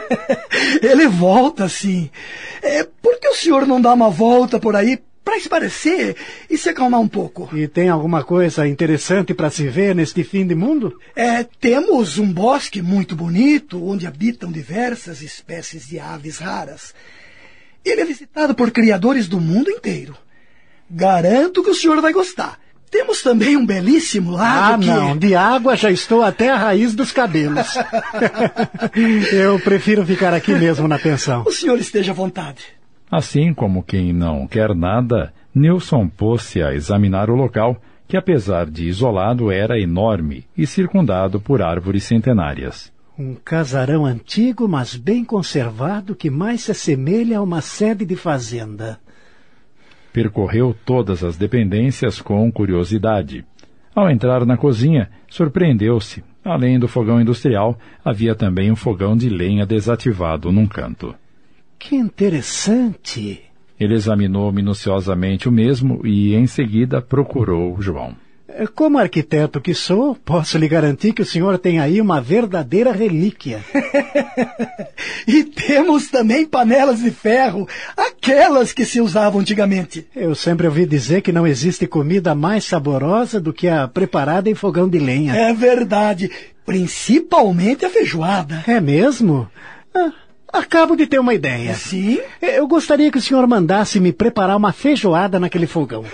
Speaker 9: [LAUGHS] Ele volta, sim. É, por que o senhor não dá uma volta por aí para esparecer e se acalmar um pouco?
Speaker 5: E tem alguma coisa interessante para se ver neste fim de mundo?
Speaker 9: É, temos um bosque muito bonito, onde habitam diversas espécies de aves raras. Ele é visitado por criadores do mundo inteiro. Garanto que o senhor vai gostar. Temos também um belíssimo lago
Speaker 5: Ah,
Speaker 9: que...
Speaker 5: não. De água já estou até a raiz
Speaker 9: [LAUGHS]
Speaker 5: dos cabelos. Eu prefiro ficar aqui mesmo na pensão.
Speaker 9: O senhor esteja à vontade.
Speaker 1: assim como quem não quer nada, Nilson pôs-se a examinar o local, que apesar de isolado era enorme e circundado por árvores centenárias.
Speaker 5: Um casarão antigo, mas bem conservado, que mais se assemelha a uma sede de fazenda.
Speaker 1: Percorreu todas as dependências com curiosidade. Ao entrar na cozinha, surpreendeu-se. Além do fogão industrial, havia também um fogão de lenha desativado num canto.
Speaker 5: Que interessante!
Speaker 1: Ele examinou minuciosamente o mesmo e, em seguida, procurou João.
Speaker 5: Eh, Como arquiteto que sou, posso lhe garantir que o senhor tem aí uma verdadeira relíquia.
Speaker 9: [LAUGHS] E temos também panelas de ferro, aquelas que se usavam antigamente.
Speaker 5: Eu sempre ouvi dizer que não existe comida mais saborosa do que a preparada em fogão de lenha.
Speaker 9: É verdade. Principalmente a feijoada.
Speaker 5: É mesmo? Ah, acabo de ter uma ideia. É,
Speaker 9: Sim?
Speaker 5: Eu gostaria que o senhor mandasse me preparar uma feijoada naquele fogão.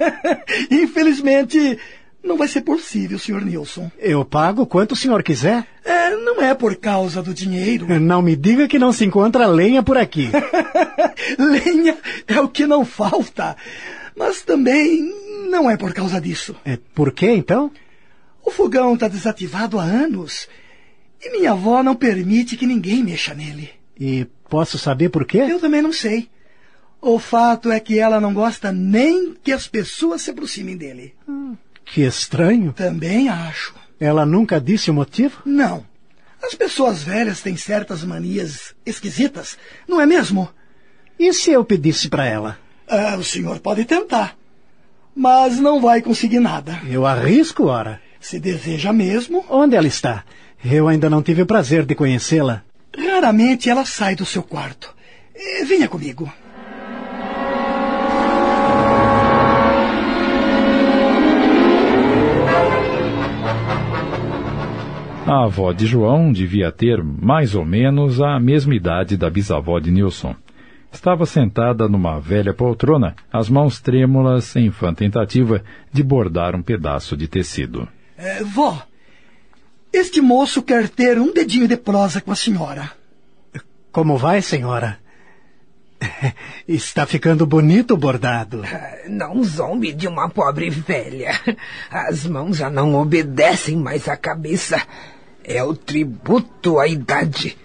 Speaker 9: [LAUGHS] Infelizmente, não vai ser possível, Sr. Nilson.
Speaker 5: Eu pago quanto o senhor quiser.
Speaker 9: É, não é por causa do dinheiro.
Speaker 5: [LAUGHS] Não me diga que não se encontra lenha por aqui.
Speaker 9: [LAUGHS] Lenha é o que não falta. Mas também não é por causa disso.
Speaker 5: É, Por quê, então?
Speaker 9: O fogão está desativado há anos e minha avó não permite que ninguém mexa nele.
Speaker 5: E posso saber por quê?
Speaker 9: Eu também não sei. O fato é que ela não gosta nem que as pessoas se aproximem dele.
Speaker 5: Que estranho.
Speaker 9: Também acho.
Speaker 5: Ela nunca disse o motivo?
Speaker 9: Não. As pessoas velhas têm certas manias esquisitas, não é mesmo?
Speaker 5: E se eu pedisse para ela?
Speaker 9: Ah, o senhor pode tentar, mas não vai conseguir nada.
Speaker 5: Eu arrisco, ora.
Speaker 9: Se deseja mesmo,
Speaker 5: Onde ela está? Eu ainda não tive o prazer de conhecê-la.
Speaker 9: raramente ela sai do seu quarto. Eh, Venha comigo.
Speaker 1: A avó de João devia ter mais ou menos a mesma idade da bisavó de Nilson. Estava sentada numa velha poltrona, as mãos trêmulas em fã tentativa de bordar um pedaço de tecido.
Speaker 9: Eh, vó, este moço quer ter um dedinho de prosa com a senhora.
Speaker 5: Como vai, senhora? Está ficando bonito o bordado.
Speaker 10: Ah, Não zombe de uma pobre velha. As mãos já não obedecem mais à cabeça. É o tributo à idade.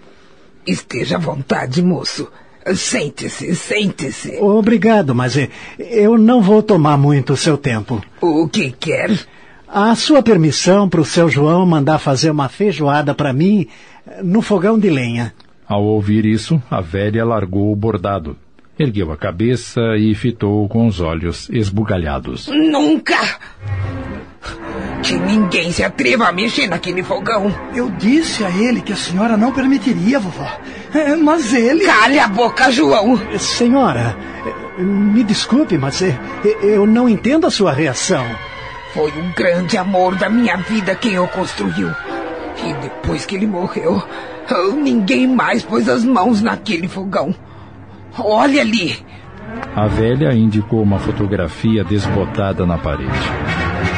Speaker 10: Esteja à vontade, moço. Sente-se, sente-se.
Speaker 5: Obrigado, mas eh, eu não vou tomar muito o seu tempo.
Speaker 10: O que quer?
Speaker 5: A sua permissão para o seu João mandar fazer uma feijoada para mim eh, no fogão de lenha.
Speaker 1: Ao ouvir isso, a velha largou o bordado. Ergueu a cabeça e fitou com os olhos esbugalhados.
Speaker 10: Nunca! Que ninguém se atreva a mexer naquele fogão.
Speaker 9: Eu disse a ele que a senhora não permitiria, vovó. Eh, Mas ele.
Speaker 10: Cale a boca, João!
Speaker 5: Eh, Senhora, eh, me desculpe, mas eh, eh, eu não entendo a sua reação.
Speaker 10: Foi um grande amor da minha vida quem o construiu. E depois que ele morreu, oh, ninguém mais pôs as mãos naquele fogão. Olha ali!
Speaker 1: A velha indicou uma fotografia desbotada na parede.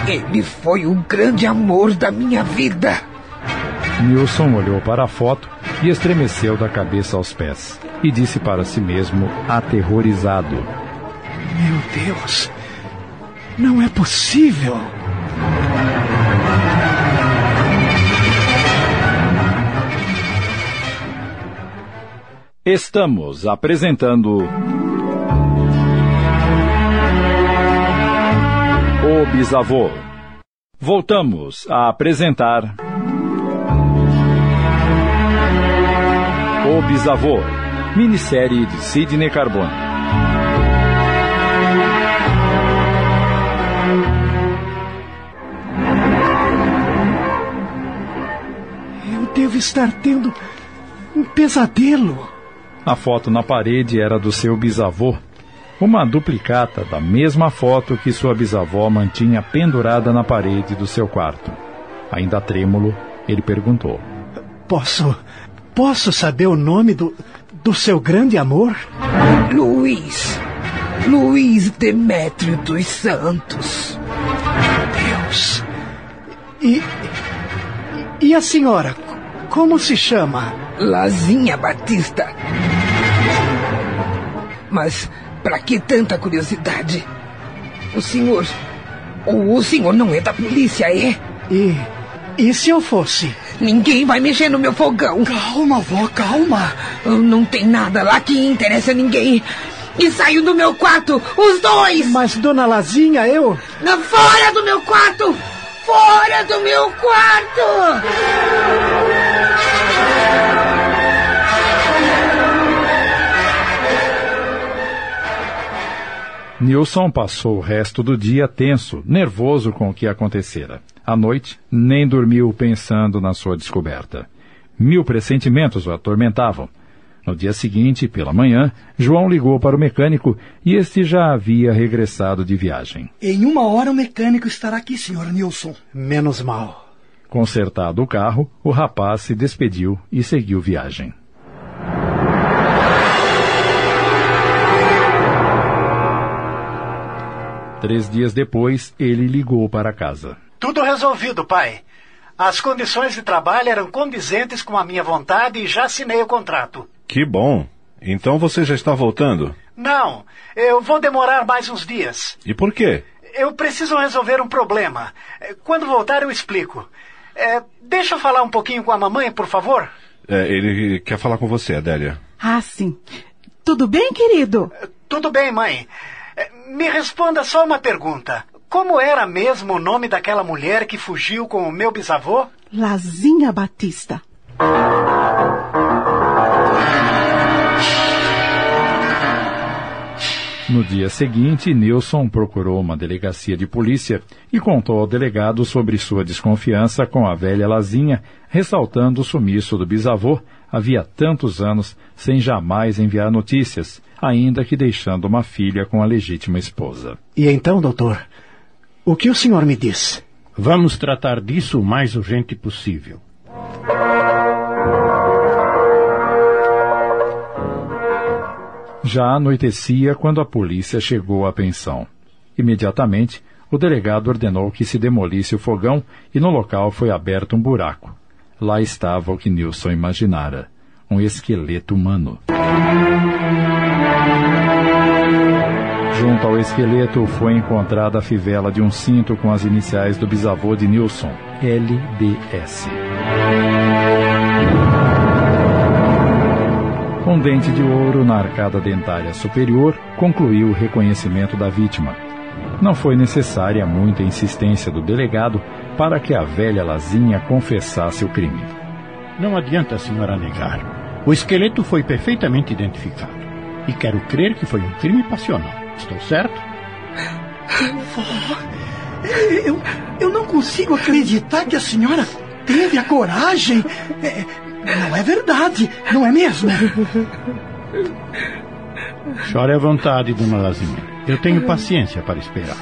Speaker 10: Ele foi o grande amor da minha vida.
Speaker 1: Nilson olhou para a foto e estremeceu da cabeça aos pés e disse para si mesmo, aterrorizado:
Speaker 5: Meu Deus, Não é possível!
Speaker 1: Estamos apresentando. O Bisavô. Voltamos a apresentar. O Bisavô. Minissérie de Sidney Carbone.
Speaker 5: Eu devo estar tendo um pesadelo.
Speaker 1: A foto na parede era do seu bisavô, uma duplicata da mesma foto que sua bisavó mantinha pendurada na parede do seu quarto. Ainda trêmulo, ele perguntou.
Speaker 5: Posso. Posso saber o nome do. do seu grande amor?
Speaker 10: Luiz. Luiz Demétrio dos Santos.
Speaker 5: Deus. E. E a senhora? c- Como se chama?
Speaker 10: Lazinha Batista. Mas pra que tanta curiosidade? O senhor. Ou o senhor não é da polícia, é?
Speaker 5: E. E se eu fosse?
Speaker 10: Ninguém vai mexer no meu fogão.
Speaker 9: Calma, vó, calma.
Speaker 10: Não tem nada lá que interessa a ninguém. E saiu do meu quarto, os dois!
Speaker 5: Mas, dona Lazinha, eu.
Speaker 10: Fora do meu quarto! Fora do meu quarto!
Speaker 1: Nilson passou o resto do dia tenso, nervoso com o que acontecera. À noite, nem dormiu pensando na sua descoberta. Mil pressentimentos o atormentavam. No dia seguinte, pela manhã, João ligou para o mecânico e este já havia regressado de viagem.
Speaker 9: Em uma hora o mecânico estará aqui, senhor Nilson.
Speaker 5: Menos mal.
Speaker 1: Consertado o carro, o rapaz se despediu e seguiu viagem. Três dias depois, ele ligou para casa.
Speaker 5: Tudo resolvido, pai. As condições de trabalho eram condizentes com a minha vontade e já assinei o contrato.
Speaker 4: Que bom. Então você já está voltando.
Speaker 5: Não, eu vou demorar mais uns dias.
Speaker 4: E por quê?
Speaker 5: Eu preciso resolver um problema. Eh, Quando voltar, eu explico. Eh, deixa eu falar um pouquinho com a mamãe, por favor?
Speaker 4: É, ele quer falar com você, Adélia.
Speaker 3: Ah, sim. Tudo bem, querido?
Speaker 5: Tudo bem, mãe. Eh, Me responda só uma pergunta. Como era mesmo o nome daquela mulher que fugiu com o meu bisavô?
Speaker 3: Lazinha Batista.
Speaker 1: No dia seguinte, Nilson procurou uma delegacia de polícia e contou ao delegado sobre sua desconfiança com a velha Lazinha, ressaltando o sumiço do bisavô havia tantos anos sem jamais enviar notícias, ainda que deixando uma filha com a legítima esposa.
Speaker 5: E então, doutor, o que o senhor me diz?
Speaker 11: Vamos tratar disso o mais urgente possível.
Speaker 1: Já anoitecia quando a polícia chegou à pensão. Imediatamente, o delegado ordenou que se demolisse o fogão e no local foi aberto um buraco. Lá estava o que Nilson imaginara: um esqueleto humano. Junto ao esqueleto foi encontrada a fivela de um cinto com as iniciais do bisavô de Nilson, LDS. Um dente de ouro na arcada dentária superior concluiu o reconhecimento da vítima. Não foi necessária muita insistência do delegado para que a velha Lazinha confessasse o crime.
Speaker 11: Não adianta a senhora negar. O esqueleto foi perfeitamente identificado. E quero crer que foi um crime passional. Estou certo?
Speaker 9: Eu, eu não consigo acreditar que a senhora teve a coragem. É, não é verdade, não é mesmo?
Speaker 11: Chore à vontade, dona Lazinha. Eu tenho paciência para esperar.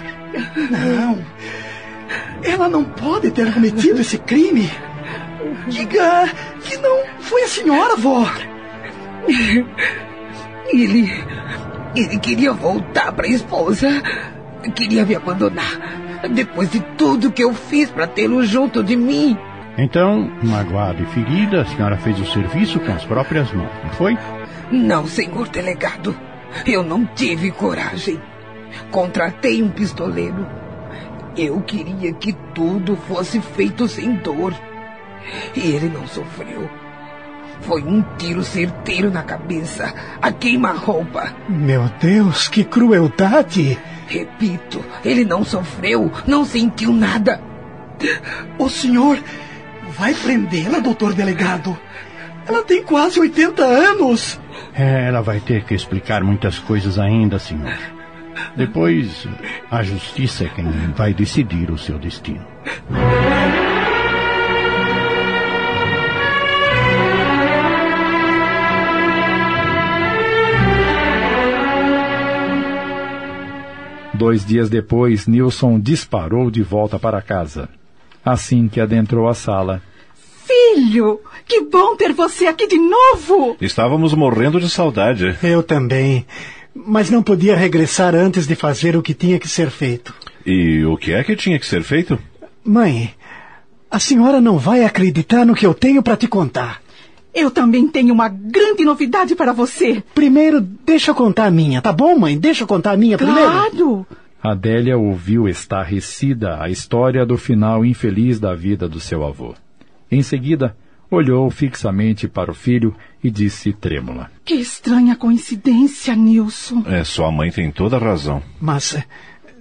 Speaker 9: Não. Ela não pode ter cometido esse crime. Diga que não foi a senhora, vó.
Speaker 10: [LAUGHS] Ele. Ele queria voltar pra esposa. Queria me abandonar. Depois de tudo que eu fiz pra tê-lo junto de mim.
Speaker 11: Então, magoada e ferida, a senhora fez o serviço com as próprias mãos, não foi?
Speaker 10: Não, senhor delegado. Eu não tive coragem. Contratei um pistoleiro. Eu queria que tudo fosse feito sem dor. E ele não sofreu. Foi um tiro certeiro na cabeça, a queima-roupa.
Speaker 5: Meu Deus, que crueldade!
Speaker 10: Repito, ele não sofreu, não sentiu nada.
Speaker 9: O senhor vai prendê-la, doutor delegado? Ela tem quase 80 anos.
Speaker 11: É, Ela vai ter que explicar muitas coisas ainda, senhor. Depois, a justiça é quem vai decidir o seu destino.
Speaker 1: Dois dias depois, Nilson disparou de volta para casa. Assim que adentrou a sala,
Speaker 3: Filho, que bom ter você aqui de novo.
Speaker 4: Estávamos morrendo de saudade.
Speaker 5: Eu também. Mas não podia regressar antes de fazer o que tinha que ser feito.
Speaker 4: E o que é que tinha que ser feito?
Speaker 5: Mãe, a senhora não vai acreditar no que eu tenho para te contar.
Speaker 3: Eu também tenho uma grande novidade para você.
Speaker 5: Primeiro, deixa eu contar a minha, tá bom, mãe? Deixa eu contar a minha primeiro.
Speaker 3: Claro.
Speaker 1: Adélia ouviu estarrecida a história do final infeliz da vida do seu avô. Em seguida, olhou fixamente para o filho e disse trêmula:
Speaker 3: Que estranha coincidência, Nilson.
Speaker 4: É, sua mãe tem toda a razão.
Speaker 5: Mas eh,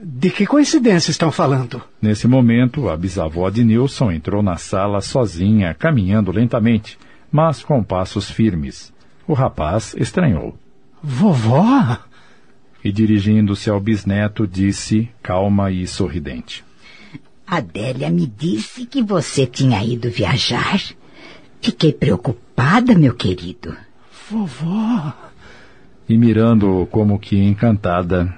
Speaker 5: de que coincidência estão falando?
Speaker 1: Nesse momento, a bisavó de Nilson entrou na sala sozinha, caminhando lentamente, mas com passos firmes. O rapaz estranhou
Speaker 5: Vovó?
Speaker 1: e, dirigindo-se ao bisneto, disse, calma e sorridente:
Speaker 6: Adélia me disse que você tinha ido viajar. Fiquei preocupada, meu querido.
Speaker 5: Vovó?
Speaker 1: E mirando-o como que encantada,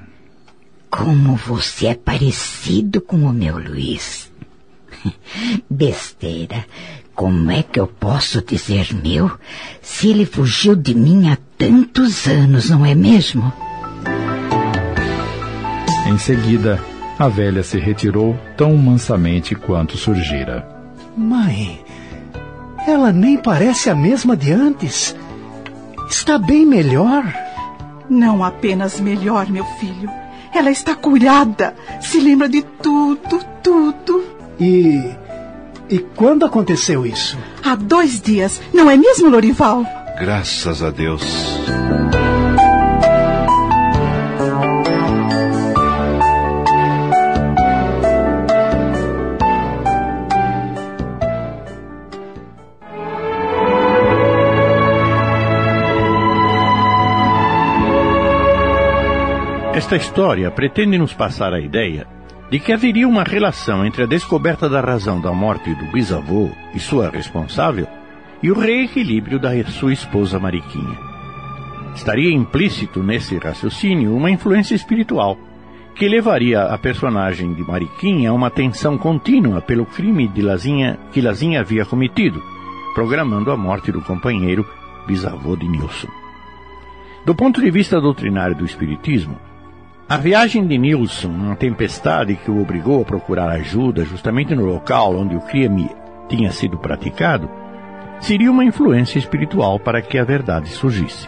Speaker 6: Como você é parecido com o meu Luiz. [LAUGHS] Besteira. Como é que eu posso dizer meu se ele fugiu de mim há tantos anos, não é mesmo?
Speaker 1: em seguida, a velha se retirou tão mansamente quanto surgira.
Speaker 5: Mãe, ela nem parece a mesma de antes. Está bem melhor.
Speaker 3: Não apenas melhor, meu filho. Ela está curada. Se lembra de tudo, tudo.
Speaker 5: E. E quando aconteceu isso?
Speaker 3: Há dois dias, não é mesmo, Lorival?
Speaker 4: Graças a Deus.
Speaker 11: Esta história pretende nos passar a ideia de que haveria uma relação entre a descoberta da razão da morte do bisavô e sua responsável e o reequilíbrio da sua esposa Mariquinha. Estaria implícito nesse raciocínio uma influência espiritual, que levaria a personagem de Mariquinha a uma tensão contínua pelo crime de Lazinha que Lazinha havia cometido, programando a morte do companheiro bisavô de Nilson. Do ponto de vista doutrinário do Espiritismo, a viagem de Nilson, uma tempestade que o obrigou a procurar ajuda justamente no local onde o crime tinha sido praticado, seria uma influência espiritual para que a verdade surgisse.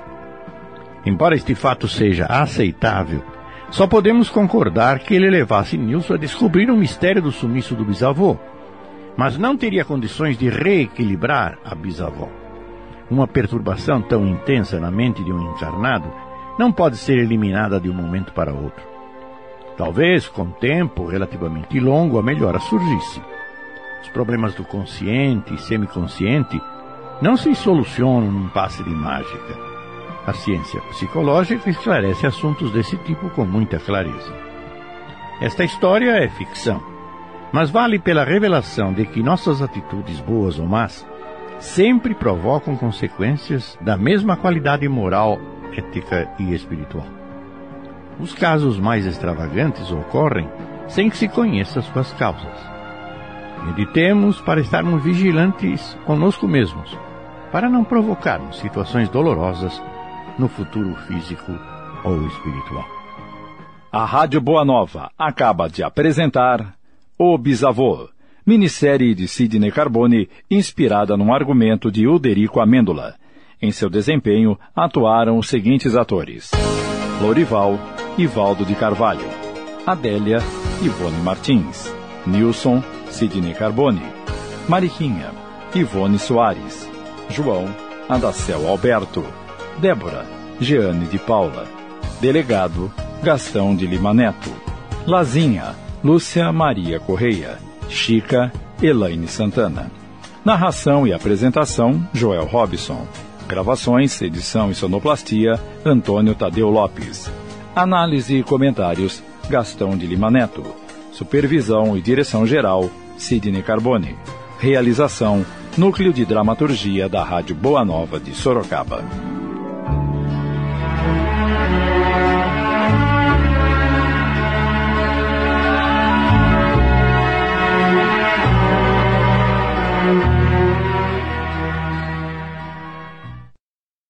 Speaker 11: Embora este fato seja aceitável, só podemos concordar que ele levasse Nilson a descobrir o mistério do sumiço do bisavô, mas não teria condições de reequilibrar a bisavó. Uma perturbação tão intensa na mente de um encarnado não pode ser eliminada de um momento para outro. Talvez, com tempo relativamente longo, a melhora surgisse. Os problemas do consciente e semiconsciente não se solucionam num passe de mágica. A ciência psicológica esclarece assuntos desse tipo com muita clareza. Esta história é ficção, mas vale pela revelação de que nossas atitudes boas ou más sempre provocam consequências da mesma qualidade moral, ética e espiritual. Os casos mais extravagantes ocorrem sem que se conheça suas causas. Meditemos para estarmos vigilantes conosco mesmos, para não provocarmos situações dolorosas no futuro físico ou espiritual.
Speaker 1: A Rádio Boa Nova acaba de apresentar O Bisavô, minissérie de Sidney Carbone, inspirada num argumento de Uderico Amêndola. Em seu desempenho, atuaram os seguintes atores: Lorival, Ivaldo de Carvalho, Adélia, Ivone Martins. Nilson Sidney Carbone, Mariquinha, Ivone Soares, João Adacel Alberto, Débora Jeane de Paula, Delegado Gastão de Lima Neto, Lazinha Lúcia Maria Correia, Chica Elaine Santana. Narração e apresentação Joel Robson. Gravações, edição e sonoplastia Antônio Tadeu Lopes. Análise e comentários Gastão de Lima Neto. Supervisão e direção geral Sidney Carbone. Realização Núcleo de Dramaturgia da Rádio Boa Nova de Sorocaba.